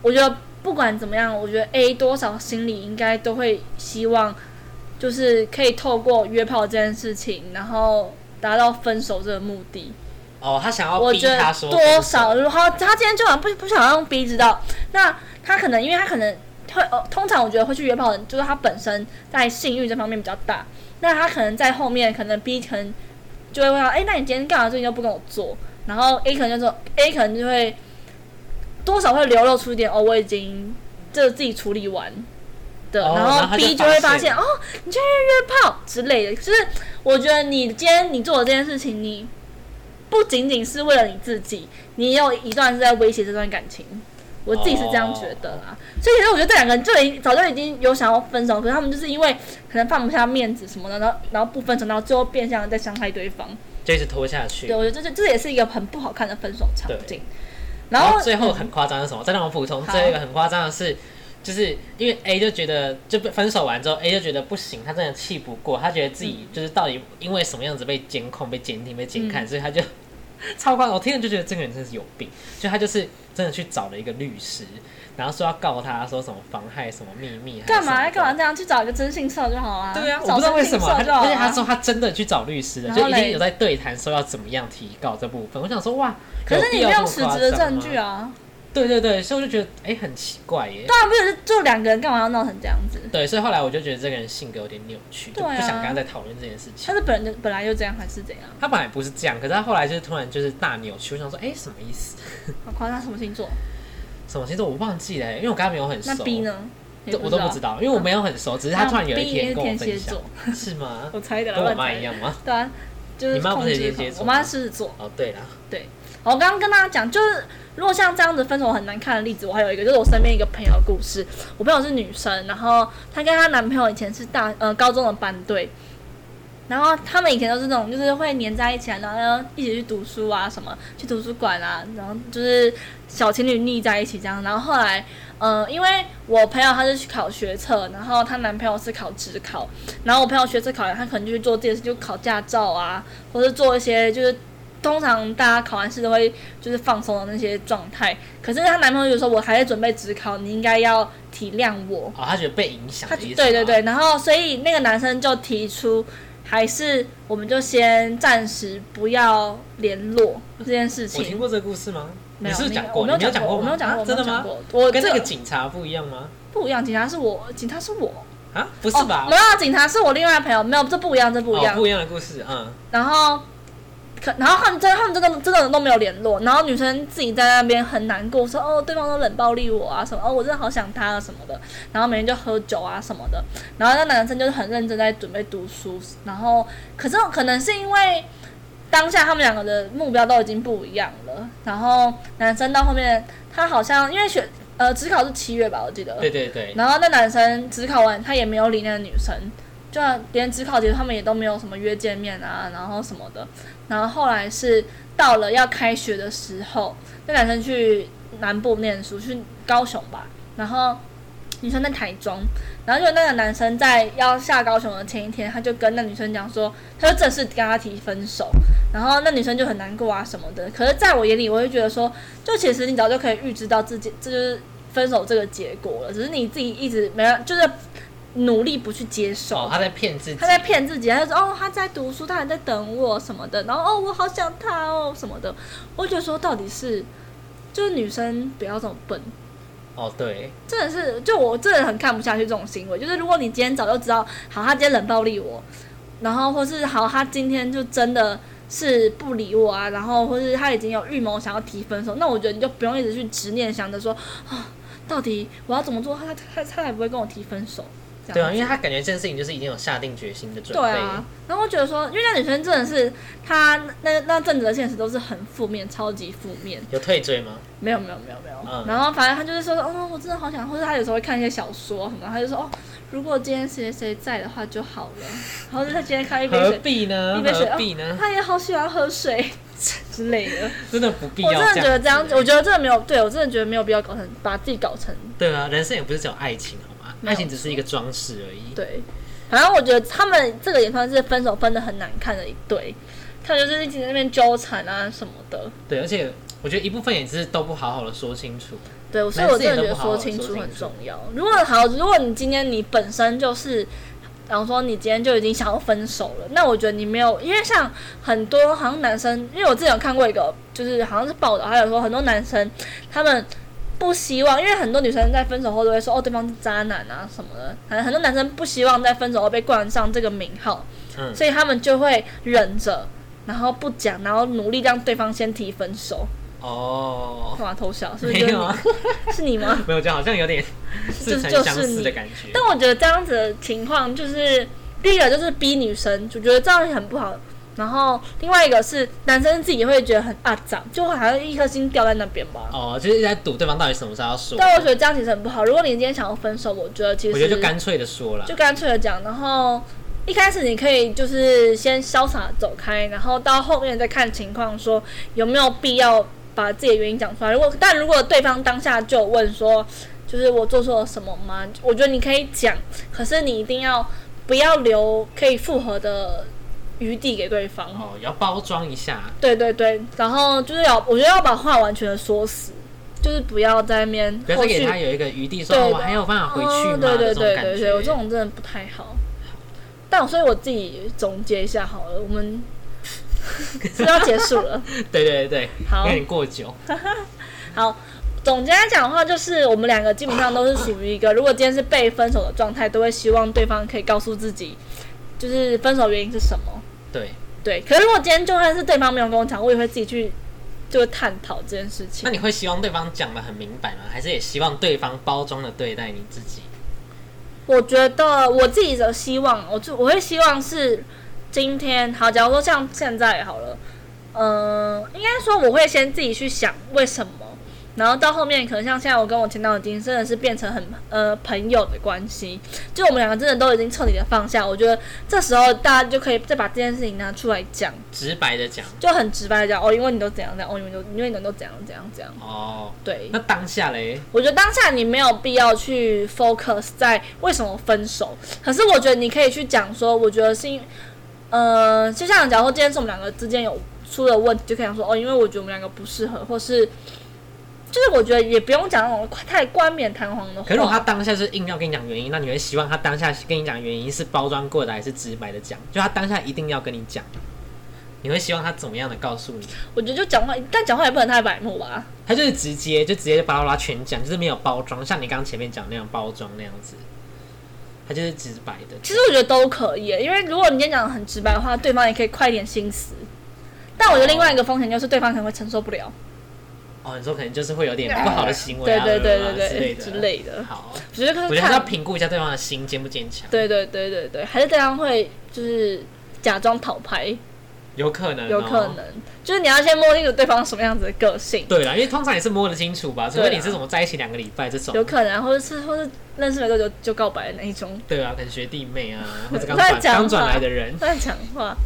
[SPEAKER 1] 我觉得不管怎么样，我觉得 A 多少心里应该都会希望，就是可以透过约炮这件事情，然后达到分手这个目的。
[SPEAKER 2] 哦，他想要
[SPEAKER 1] 我
[SPEAKER 2] 逼
[SPEAKER 1] 觉得
[SPEAKER 2] 他说
[SPEAKER 1] 多少，如果他他今天就想不不想让 B 知道，那他可能因为他可能会、呃，通常我觉得会去约炮的人，就是他本身在性欲这方面比较大，那他可能在后面可能 B 可能就会问到，哎、那你今天干嘛？最近都不跟我做，然后 A 可能就说 A 可能就会多少会流露出一点哦，我已经就自己处理完。的，
[SPEAKER 2] 哦
[SPEAKER 1] 然
[SPEAKER 2] 然后他
[SPEAKER 1] 后
[SPEAKER 2] 就
[SPEAKER 1] B 就会发
[SPEAKER 2] 发现
[SPEAKER 1] 现哦，你居然约炮之类的。就是我觉得你今天你做的这件事情，你不仅仅是为了你自己，你也有一段是在威胁这段感情。我自己是这样觉得
[SPEAKER 2] 哦
[SPEAKER 1] 啦。所以其实我觉得这两个人就已经早就已经有想要分手，可是他们就是因为可能放不下面子什么的，然后然后不分手，然后最后变相地在伤害对方。
[SPEAKER 2] 就一直拖下去
[SPEAKER 1] 对，。我觉得这这这也是一个很不好看的分手场景。然
[SPEAKER 2] 然
[SPEAKER 1] 后
[SPEAKER 2] 后最后很夸张的是什么？再让我补充，
[SPEAKER 1] 好
[SPEAKER 2] 最后一个很夸张的是，就是因为 A 就觉得就被分手完之后，A 就觉得不行，他真的气不过，他觉得自
[SPEAKER 1] 嗯
[SPEAKER 2] 己就是到底因为什么样子被监控、被监听、被监看，所以他就 超夸张。我听了就觉得这个人真是有病，就他就是真的去找了一个律师，然后说要告他说什么妨害什么秘密，
[SPEAKER 1] 干嘛
[SPEAKER 2] 还
[SPEAKER 1] 要
[SPEAKER 2] 是什么的
[SPEAKER 1] 干嘛？这样去找一个征信社就好啊？
[SPEAKER 2] 对啊，我
[SPEAKER 1] 找
[SPEAKER 2] 不知道为什么，
[SPEAKER 1] 征信社
[SPEAKER 2] 他就
[SPEAKER 1] 就好
[SPEAKER 2] 而
[SPEAKER 1] 啊
[SPEAKER 2] 且他说他真的去找律师了，
[SPEAKER 1] 然
[SPEAKER 2] 就
[SPEAKER 1] 后
[SPEAKER 2] 一定
[SPEAKER 1] 嘞
[SPEAKER 2] 有在对谈，说要怎么样提告这部分。我想说哇，
[SPEAKER 1] 可是你没有实质的证据
[SPEAKER 2] 啊。
[SPEAKER 1] 啊。
[SPEAKER 2] 对对对，所以我就觉得哎、很奇怪耶。
[SPEAKER 1] 当然不是，就两个人干嘛要闹成这样子？
[SPEAKER 2] 对，所以后来我就觉得这个人性格有点扭曲，就
[SPEAKER 1] 对啊
[SPEAKER 2] 不想跟他再讨论这件事情
[SPEAKER 1] 他。是本人本来就这样还是怎样？
[SPEAKER 2] 他本来不是这样，可是他后来就是突然就是大扭曲，我想说哎、什么意思？
[SPEAKER 1] 好夸张，什么星座？
[SPEAKER 2] 什么星座我忘记了耶，因为我跟他没有很熟
[SPEAKER 1] 那。B 呢？
[SPEAKER 2] 对我都不知。道，因为我没有很熟，只是他突然有一天跟我
[SPEAKER 1] 啊天蝎
[SPEAKER 2] 分享
[SPEAKER 1] 座，，
[SPEAKER 2] 是 吗？
[SPEAKER 1] 我猜的啦，
[SPEAKER 2] 跟我
[SPEAKER 1] 乱
[SPEAKER 2] 妈
[SPEAKER 1] 猜
[SPEAKER 2] 一
[SPEAKER 1] 的。
[SPEAKER 2] 样吗？
[SPEAKER 1] 对啊，就是
[SPEAKER 2] 你妈不
[SPEAKER 1] 控
[SPEAKER 2] 是
[SPEAKER 1] 制
[SPEAKER 2] 天
[SPEAKER 1] 狂
[SPEAKER 2] 蝎座
[SPEAKER 1] 我妈
[SPEAKER 2] 吗
[SPEAKER 1] 狮子座。
[SPEAKER 2] 哦，对啦，
[SPEAKER 1] 我刚刚跟大家讲，就是如果像这样子分手很难看的例子，我还有一个，就是我身边一个朋友的故事。我朋友是女生，然后她跟她男朋友以前是大呃高中的班队，然后他们以前都是那种就是会黏在一起啊，然后一起去读书啊，什么去图书馆啊，然后就是小情侣腻在一起这样。然后后来，呃，因为我朋友她是去考学测，然后她男朋友是考职考，然后我朋友学测考完，他可能就去做这件事，就考驾照啊，或是做一些就是通常大家考完试都会就是放松的那些状态。可是她男朋友就说：“我还在准备职考，你应该要体谅我。”
[SPEAKER 2] 哦，他觉得被影响
[SPEAKER 1] 他
[SPEAKER 2] 的
[SPEAKER 1] 就
[SPEAKER 2] 意思。
[SPEAKER 1] 对对，对，然后所以那个男生就提出，还是我们就先暂时不要联络这件事
[SPEAKER 2] 我听
[SPEAKER 1] 情。
[SPEAKER 2] 过这个故事吗？
[SPEAKER 1] 没
[SPEAKER 2] 你
[SPEAKER 1] 有，
[SPEAKER 2] 是不是讲
[SPEAKER 1] 我
[SPEAKER 2] 过？
[SPEAKER 1] 没有
[SPEAKER 2] 你没有
[SPEAKER 1] 讲
[SPEAKER 2] 过吗？
[SPEAKER 1] 我没有讲过，
[SPEAKER 2] 啊真的
[SPEAKER 1] 我没有讲
[SPEAKER 2] 吗？
[SPEAKER 1] 过。我
[SPEAKER 2] 跟那个
[SPEAKER 1] 这
[SPEAKER 2] 警察不一样吗？
[SPEAKER 1] 不一样，警察是我，警察是我，哦
[SPEAKER 2] 啊，不是吧
[SPEAKER 1] 哦？没有，警察是我另外的朋友，没有，这不一样，这不一
[SPEAKER 2] 哦
[SPEAKER 1] 样。
[SPEAKER 2] 不一样的故事，嗯，
[SPEAKER 1] 然后可然后他们真的他们真的真的都没有联络，然后女生自己在那边很难过，说哦对方都冷暴力我啊什么，哦我真的好想他啊什么的，然后每天就喝酒啊什么的，然后那男生就是很认真在准备读书，然后可是可能是因为当下他们两个的目标都已经不一样了，然后男生到后面他好像因为学呃职考是七月吧，我记得，
[SPEAKER 2] 对对对，
[SPEAKER 1] 然后那男生只考完，他也没有理那个女生，就连只考结束他们也都没有什么约见面啊，然后什么的。然后后来是到了要开学的时候，那男生去南部念书，去高雄吧，然后女生在台中，然后就那个男生在要下高雄的前一天，他就跟那女生讲说，他就正式跟她提分手，然后那女生就很难过啊什么的。可是在我眼里，我会觉得说，就其实你早就可以预知到自己，这就是分手这个结果了，只是你自己一直没有，就是努力不去接受。
[SPEAKER 2] 哦，他在骗自己
[SPEAKER 1] 他，在骗自己，他就说哦他在读书，他还在等我什么的，然后哦我好想他哦什么的，我就觉得说到底是就是女生不要这么笨，
[SPEAKER 2] 哦，对，
[SPEAKER 1] 真的是就我真的很看不下去这种行为，就是如果你今天早就知道，好他今天冷暴力我，然后或是好他今天就真的是不理我啊，然后或是他已经有预谋想要提分手，那我觉得你就不用一直去执念想着说啊到底我要怎么做，他他他才不会跟我提分手。这样
[SPEAKER 2] 对啊，
[SPEAKER 1] 子
[SPEAKER 2] 因为他感觉这件事情就是已经有下定决心的准
[SPEAKER 1] 对
[SPEAKER 2] 备，
[SPEAKER 1] 啊，然后我觉得说，因为那女生真的是她那那阵子的现实都是很负面，超级负面。
[SPEAKER 2] 有退追吗？
[SPEAKER 1] 没有没有没有没有。
[SPEAKER 2] 嗯
[SPEAKER 1] 然后反正她就是说，哦，我真的好想，或者她有时候会看一些小说什么，她就说，哦，如果今天谁谁在的话就好了。然后就她今天看一杯
[SPEAKER 2] 何
[SPEAKER 1] 水，
[SPEAKER 2] 必呢？
[SPEAKER 1] 一哦杯水
[SPEAKER 2] 何必呢？
[SPEAKER 1] 她也好喜欢喝水 之类的。
[SPEAKER 2] 真的不必要
[SPEAKER 1] 我真
[SPEAKER 2] 这样
[SPEAKER 1] 的
[SPEAKER 2] 子。
[SPEAKER 1] 觉得这样，我觉得真的没有，对我真的觉得没有必要搞成把自己搞成
[SPEAKER 2] 对啊，人生也不是只有爱情好吗？
[SPEAKER 1] 没有
[SPEAKER 2] 爱情只是一个装饰而已。
[SPEAKER 1] 对，反正我觉得他们这个也算是分手分的很难看的一对，他们就是一直在那边纠缠啊什么的。
[SPEAKER 2] 对，而且我觉得一部分也是都不好好的说清楚。
[SPEAKER 1] 对，所以
[SPEAKER 2] 男
[SPEAKER 1] 我
[SPEAKER 2] 生也
[SPEAKER 1] 真的
[SPEAKER 2] 都
[SPEAKER 1] 觉得
[SPEAKER 2] 不好好
[SPEAKER 1] 说清
[SPEAKER 2] 说
[SPEAKER 1] 楚
[SPEAKER 2] 清
[SPEAKER 1] 很
[SPEAKER 2] 楚
[SPEAKER 1] 重要。如果好，如果你今天你本身就是，然后说你今天就已经想要分手了，那我觉得你没有，因为像很多好像男生，因为我之前有看过一个，就是好像是报道，还有说很多男生他们。不希望，因为很多女生在分手后都会说哦，对方是渣男啊什么的。很很多男生不希望在分手后被冠上这个名号，
[SPEAKER 2] 嗯，
[SPEAKER 1] 所以他们就会忍着，然后不讲，然后努力让对方先提分手。
[SPEAKER 2] 哦，
[SPEAKER 1] 干嘛偷笑？是不是
[SPEAKER 2] 没
[SPEAKER 1] 就是
[SPEAKER 2] 有
[SPEAKER 1] 你？
[SPEAKER 2] 啊，
[SPEAKER 1] 是你吗？
[SPEAKER 2] 没有，就好像有 点
[SPEAKER 1] 就
[SPEAKER 2] 似曾
[SPEAKER 1] 就是
[SPEAKER 2] 相识的
[SPEAKER 1] 你
[SPEAKER 2] 感觉。
[SPEAKER 1] 但我觉得这样子的情况就是，第一个就是逼女生，就觉得这样很不好。然后另外一个是男生自己会觉得很阿脏，就好像一颗心掉在那边吧。
[SPEAKER 2] 哦，就是一直在赌对方到底什么时候要说。
[SPEAKER 1] 但我觉得这样其实很不好。如果你今天想要分手，我觉得其实
[SPEAKER 2] 我觉得就干脆的说了
[SPEAKER 1] 就。干脆的讲，然后一开始你可以就是先潇洒地走开，然后到后面再看情况，说有没有必要把自己的原因讲出来。如果但如果对方当下就问说，就是我做错了什么吗？我觉得你可以讲，可是你一定要不要留可以复合的余地给对方。
[SPEAKER 2] 哦，要包装一下。
[SPEAKER 1] 对对对，然后就是要，我觉得要把话完全的说死，就是不要在那边
[SPEAKER 2] 不要
[SPEAKER 1] 后
[SPEAKER 2] 再给
[SPEAKER 1] 续
[SPEAKER 2] 他有一个余地，说
[SPEAKER 1] 对
[SPEAKER 2] 哦我还有办法回去
[SPEAKER 1] 哦
[SPEAKER 2] 吗？
[SPEAKER 1] 对对
[SPEAKER 2] 这种
[SPEAKER 1] 对
[SPEAKER 2] 感
[SPEAKER 1] 对
[SPEAKER 2] 觉
[SPEAKER 1] 对，我这种真的不太好。但我所以我自己总结一下好了，我们是不是要结束 了。
[SPEAKER 2] 对对对，
[SPEAKER 1] 好
[SPEAKER 2] 有点过久。
[SPEAKER 1] 好，总结来讲的话，就是我们两个基本上都是属于一个，如果今天是被分手的状态，都会希望对方可以告诉自己，就是分手原因是什么。
[SPEAKER 2] 对，
[SPEAKER 1] 对，可是如果今天就算是对方没有跟我讲，我也会自己去就探讨这件事情
[SPEAKER 2] 那。你会希望对方讲的很明白吗？还是也希望对方包装的对待你自己？
[SPEAKER 1] 我觉得我自己的希望，我就我会希望是今天好，假如说像现在好了，嗯、应该说我会先自己去想为什么，然后到后面可能像现在我跟我前男友已经真的是变成很呃朋友的关系，就我们两个真的都已经彻底的放下，我觉得这时候大家就可以再把这件事情拿出来讲，
[SPEAKER 2] 直白的讲。
[SPEAKER 1] 就很直白的讲哦，因为你都怎样怎样，哦，因为你都因为你都怎样怎样怎样，
[SPEAKER 2] 哦，
[SPEAKER 1] 对
[SPEAKER 2] 那，当下嘞，
[SPEAKER 1] 我觉得当下你没有必要去 focus 在为什么分手，可是我觉得你可以去讲说，我觉得是因，呃，就像假如说今天是我们两个之间有出了问题，就可以讲说哦，因为我觉得我们两个不适合，或是就是我觉得也不用讲那种太冠冕堂皇的话。
[SPEAKER 2] 可是如果他当下是硬要跟你讲原因，那你会希望他当下跟你讲原因是包装过的还是直白的讲？就他当下一定要跟你讲，你会希望他怎么样的告诉你？
[SPEAKER 1] 我觉得就讲话，但讲话也不能太白目吧。
[SPEAKER 2] 他就是直接就直接巴拉巴拉全讲，就是没有包装，像你刚刚前面讲那样包装那样子，他就是直白的。
[SPEAKER 1] 其实我觉得都可以耶，因为如果你今天讲的很直白的话，对方也可以快一点心死。但我觉得另外一个风险就是对方可能会承受不了，
[SPEAKER 2] 哦，你说可能就是会有点不好的行为啊，
[SPEAKER 1] 对对
[SPEAKER 2] 对
[SPEAKER 1] 对对对
[SPEAKER 2] 之类的
[SPEAKER 1] 之类的
[SPEAKER 2] 好，
[SPEAKER 1] 我觉得可
[SPEAKER 2] 我
[SPEAKER 1] 是
[SPEAKER 2] 觉得还是要
[SPEAKER 1] 看，
[SPEAKER 2] 评估一下对方的心坚不坚强，
[SPEAKER 1] 对对对对对，还是对方会就是假装讨拍，
[SPEAKER 2] 有可能、哦，
[SPEAKER 1] 有可能，就是你要先摸清楚对方什么样子的个性，
[SPEAKER 2] 对啦，因为通常也是摸得清楚吧，除
[SPEAKER 1] 对啊啊
[SPEAKER 2] 非你是什么在一起两个礼拜这种，
[SPEAKER 1] 有可能，或者是或是认识没多久就告白的那一种，
[SPEAKER 2] 对啊，可能学弟 妹啊，或者刚
[SPEAKER 1] 乱
[SPEAKER 2] 转
[SPEAKER 1] 讲话
[SPEAKER 2] 刚转来的人，
[SPEAKER 1] 乱讲话。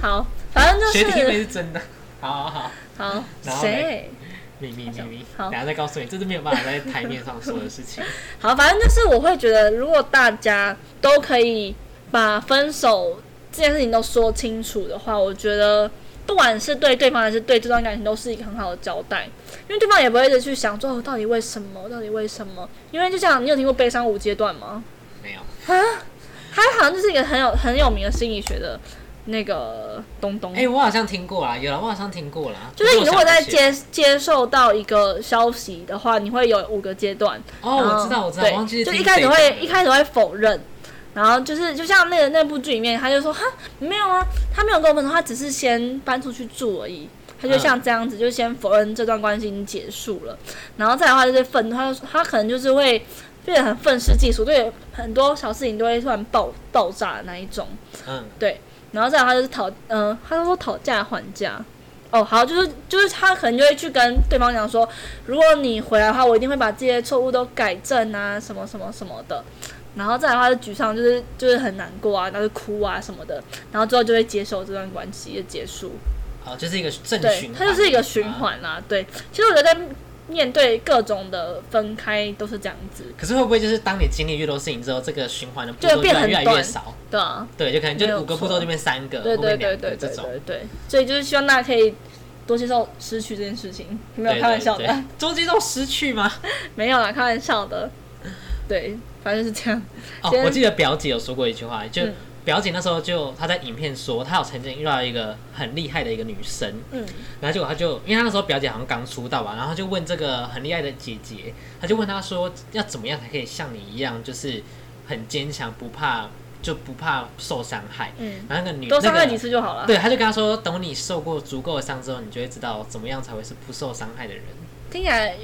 [SPEAKER 1] 好，反正就
[SPEAKER 2] 学弟妹
[SPEAKER 1] 是
[SPEAKER 2] 是真的。 好好好，
[SPEAKER 1] 好
[SPEAKER 2] 然后
[SPEAKER 1] 谁
[SPEAKER 2] 秘密秘密，
[SPEAKER 1] 好
[SPEAKER 2] 等下再告诉你，这是没有办法在台面上说的事情。
[SPEAKER 1] 好，反正就是我会觉得，如果大家都可以把分手这件事情都说清楚的话，我觉得不管是对对方还是对这段感情，都是一个很好的交代，因为对方也不会一直去想说、哦、到底为什么，到底为什么？因为就像你有听过悲伤五阶段吗？
[SPEAKER 2] 没有，
[SPEAKER 1] 它好像就是一个很有很有名的心理学的那个东东。
[SPEAKER 2] 哎、我好像听过啦，有啦，我好像听过啦。
[SPEAKER 1] 就是你如果在
[SPEAKER 2] 不是我想
[SPEAKER 1] 接接受到一个消息的话，你会有五个阶段。
[SPEAKER 2] 不起哦，
[SPEAKER 1] 然后
[SPEAKER 2] 我知道，我知道，
[SPEAKER 1] 嗯对
[SPEAKER 2] 忘记是
[SPEAKER 1] 就
[SPEAKER 2] 听
[SPEAKER 1] 一开始
[SPEAKER 2] 谁
[SPEAKER 1] 会
[SPEAKER 2] 讲
[SPEAKER 1] 一开始会否认，然后就是就像那个那部剧里面，他就说哈没有啊，他没有跟我们说，他只是先搬出去住而已。他就
[SPEAKER 2] 嗯
[SPEAKER 1] 像这样子，就先否认这段关系已经结束了，然后再的话就是愤怒，他就他可能就是会变得很愤世嫉俗，对很多小事情都会突然爆爆炸的那一种。
[SPEAKER 2] 嗯，
[SPEAKER 1] 然后再来他就是讨，嗯、他就说讨价还价。哦，好，就是就是他可能就会去跟对方讲说，如果你回来的话，我一定会把这些错误都改正啊，什么什么什么的。然后再来的话就沮丧，就是就是很难过啊，然后就哭啊什么的。然后最后就会接受这段关系的结束。
[SPEAKER 2] 哦，就是一个正
[SPEAKER 1] 对
[SPEAKER 2] 循，环，啊
[SPEAKER 1] 它就是一个循。环啦、对，其实我觉得在面对各种的分开都是这样子，
[SPEAKER 2] 可是会不会就是当你经历越多事情之后，这个循环的步
[SPEAKER 1] 就会
[SPEAKER 2] 骤就
[SPEAKER 1] 变
[SPEAKER 2] 会
[SPEAKER 1] 很
[SPEAKER 2] 越来越
[SPEAKER 1] 短
[SPEAKER 2] 少？
[SPEAKER 1] 对啊。
[SPEAKER 2] 对，就可能就
[SPEAKER 1] 没有
[SPEAKER 2] 五个
[SPEAKER 1] 错
[SPEAKER 2] 步骤就变三个，
[SPEAKER 1] 对
[SPEAKER 2] 呃后面
[SPEAKER 1] 对
[SPEAKER 2] 两
[SPEAKER 1] 对对
[SPEAKER 2] 个这
[SPEAKER 1] 对
[SPEAKER 2] 种。
[SPEAKER 1] 对对，所以就是希望大家可以多接受失去这件事情，没有开玩笑的，
[SPEAKER 2] 对， 对对中间都失去吗？
[SPEAKER 1] 没有啦，开玩笑的。对，反正就是这样。
[SPEAKER 2] 哦
[SPEAKER 1] 今，天
[SPEAKER 2] 我记得表姐有说过一句话，就
[SPEAKER 1] 嗯
[SPEAKER 2] 表姐那时候就她在影片说，她有曾经遇到一个很厉害的一个女生，
[SPEAKER 1] 嗯，
[SPEAKER 2] 然后结果她就因为她那时候表姐好像刚出道吧，然后她就问这个很厉害的姐姐，她就问她说要怎么样才可以像你一样，就是很坚强，不怕就不怕受伤害。
[SPEAKER 1] 嗯，
[SPEAKER 2] 然后那个女
[SPEAKER 1] 多伤害
[SPEAKER 2] 那
[SPEAKER 1] 几
[SPEAKER 2] 个
[SPEAKER 1] 次就好了。
[SPEAKER 2] 对，她就跟她说，等你受过足够的伤之后，你就会知道怎么样才会是不受伤害的人。
[SPEAKER 1] 听起来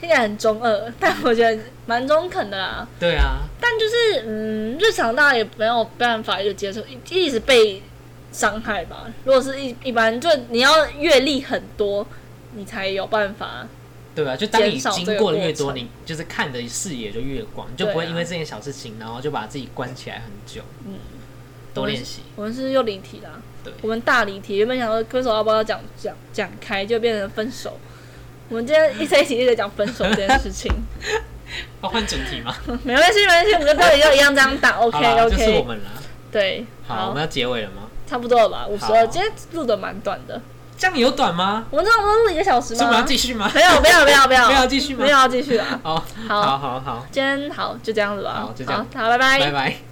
[SPEAKER 1] 听起来很中二，但我觉得蛮中肯的啦。
[SPEAKER 2] 对啊，
[SPEAKER 1] 但就是嗯，日常大家也没有办法一直接受，一一直被伤害吧。如果是一一般，就你要阅历很多，你才有办法。
[SPEAKER 2] 对啊，就当你
[SPEAKER 1] 减少这
[SPEAKER 2] 经
[SPEAKER 1] 个
[SPEAKER 2] 过的越多，
[SPEAKER 1] 过程
[SPEAKER 2] 你就是看的视野就越广，你就
[SPEAKER 1] 对啊
[SPEAKER 2] 不会因为这件小事情，然后就把自己关起来很久。
[SPEAKER 1] 嗯，
[SPEAKER 2] 多练习。
[SPEAKER 1] 我们是不是又离题啦，
[SPEAKER 2] 对
[SPEAKER 1] 我们大离题。原本想说分手要不要讲讲讲开，就变成分手。我们今天一在一起一直在讲分手这件事情，
[SPEAKER 2] 要换主题吗
[SPEAKER 1] 没关系，没关系，我们的标题就一样这 样打。
[SPEAKER 2] 好啦
[SPEAKER 1] OK
[SPEAKER 2] 就是我
[SPEAKER 1] OK，
[SPEAKER 2] 们了。
[SPEAKER 1] 对，
[SPEAKER 2] 好，我
[SPEAKER 1] 好
[SPEAKER 2] 们，要结尾了吗？
[SPEAKER 1] 差不多了吧？五十
[SPEAKER 2] 好
[SPEAKER 1] 二，今天录的蛮短的，
[SPEAKER 2] 这样有短吗？
[SPEAKER 1] 我们这样不是录一个小时
[SPEAKER 2] 是我们要
[SPEAKER 1] 吗？
[SPEAKER 2] 继续吗？
[SPEAKER 1] 没有，没有，没有，没有，
[SPEAKER 2] 没有要继续吗
[SPEAKER 1] 没有要继续了。啊
[SPEAKER 2] 好，
[SPEAKER 1] 好
[SPEAKER 2] 好好好，
[SPEAKER 1] 今天好就这样子吧，
[SPEAKER 2] 好就这样
[SPEAKER 1] 好，拜拜
[SPEAKER 2] 拜拜。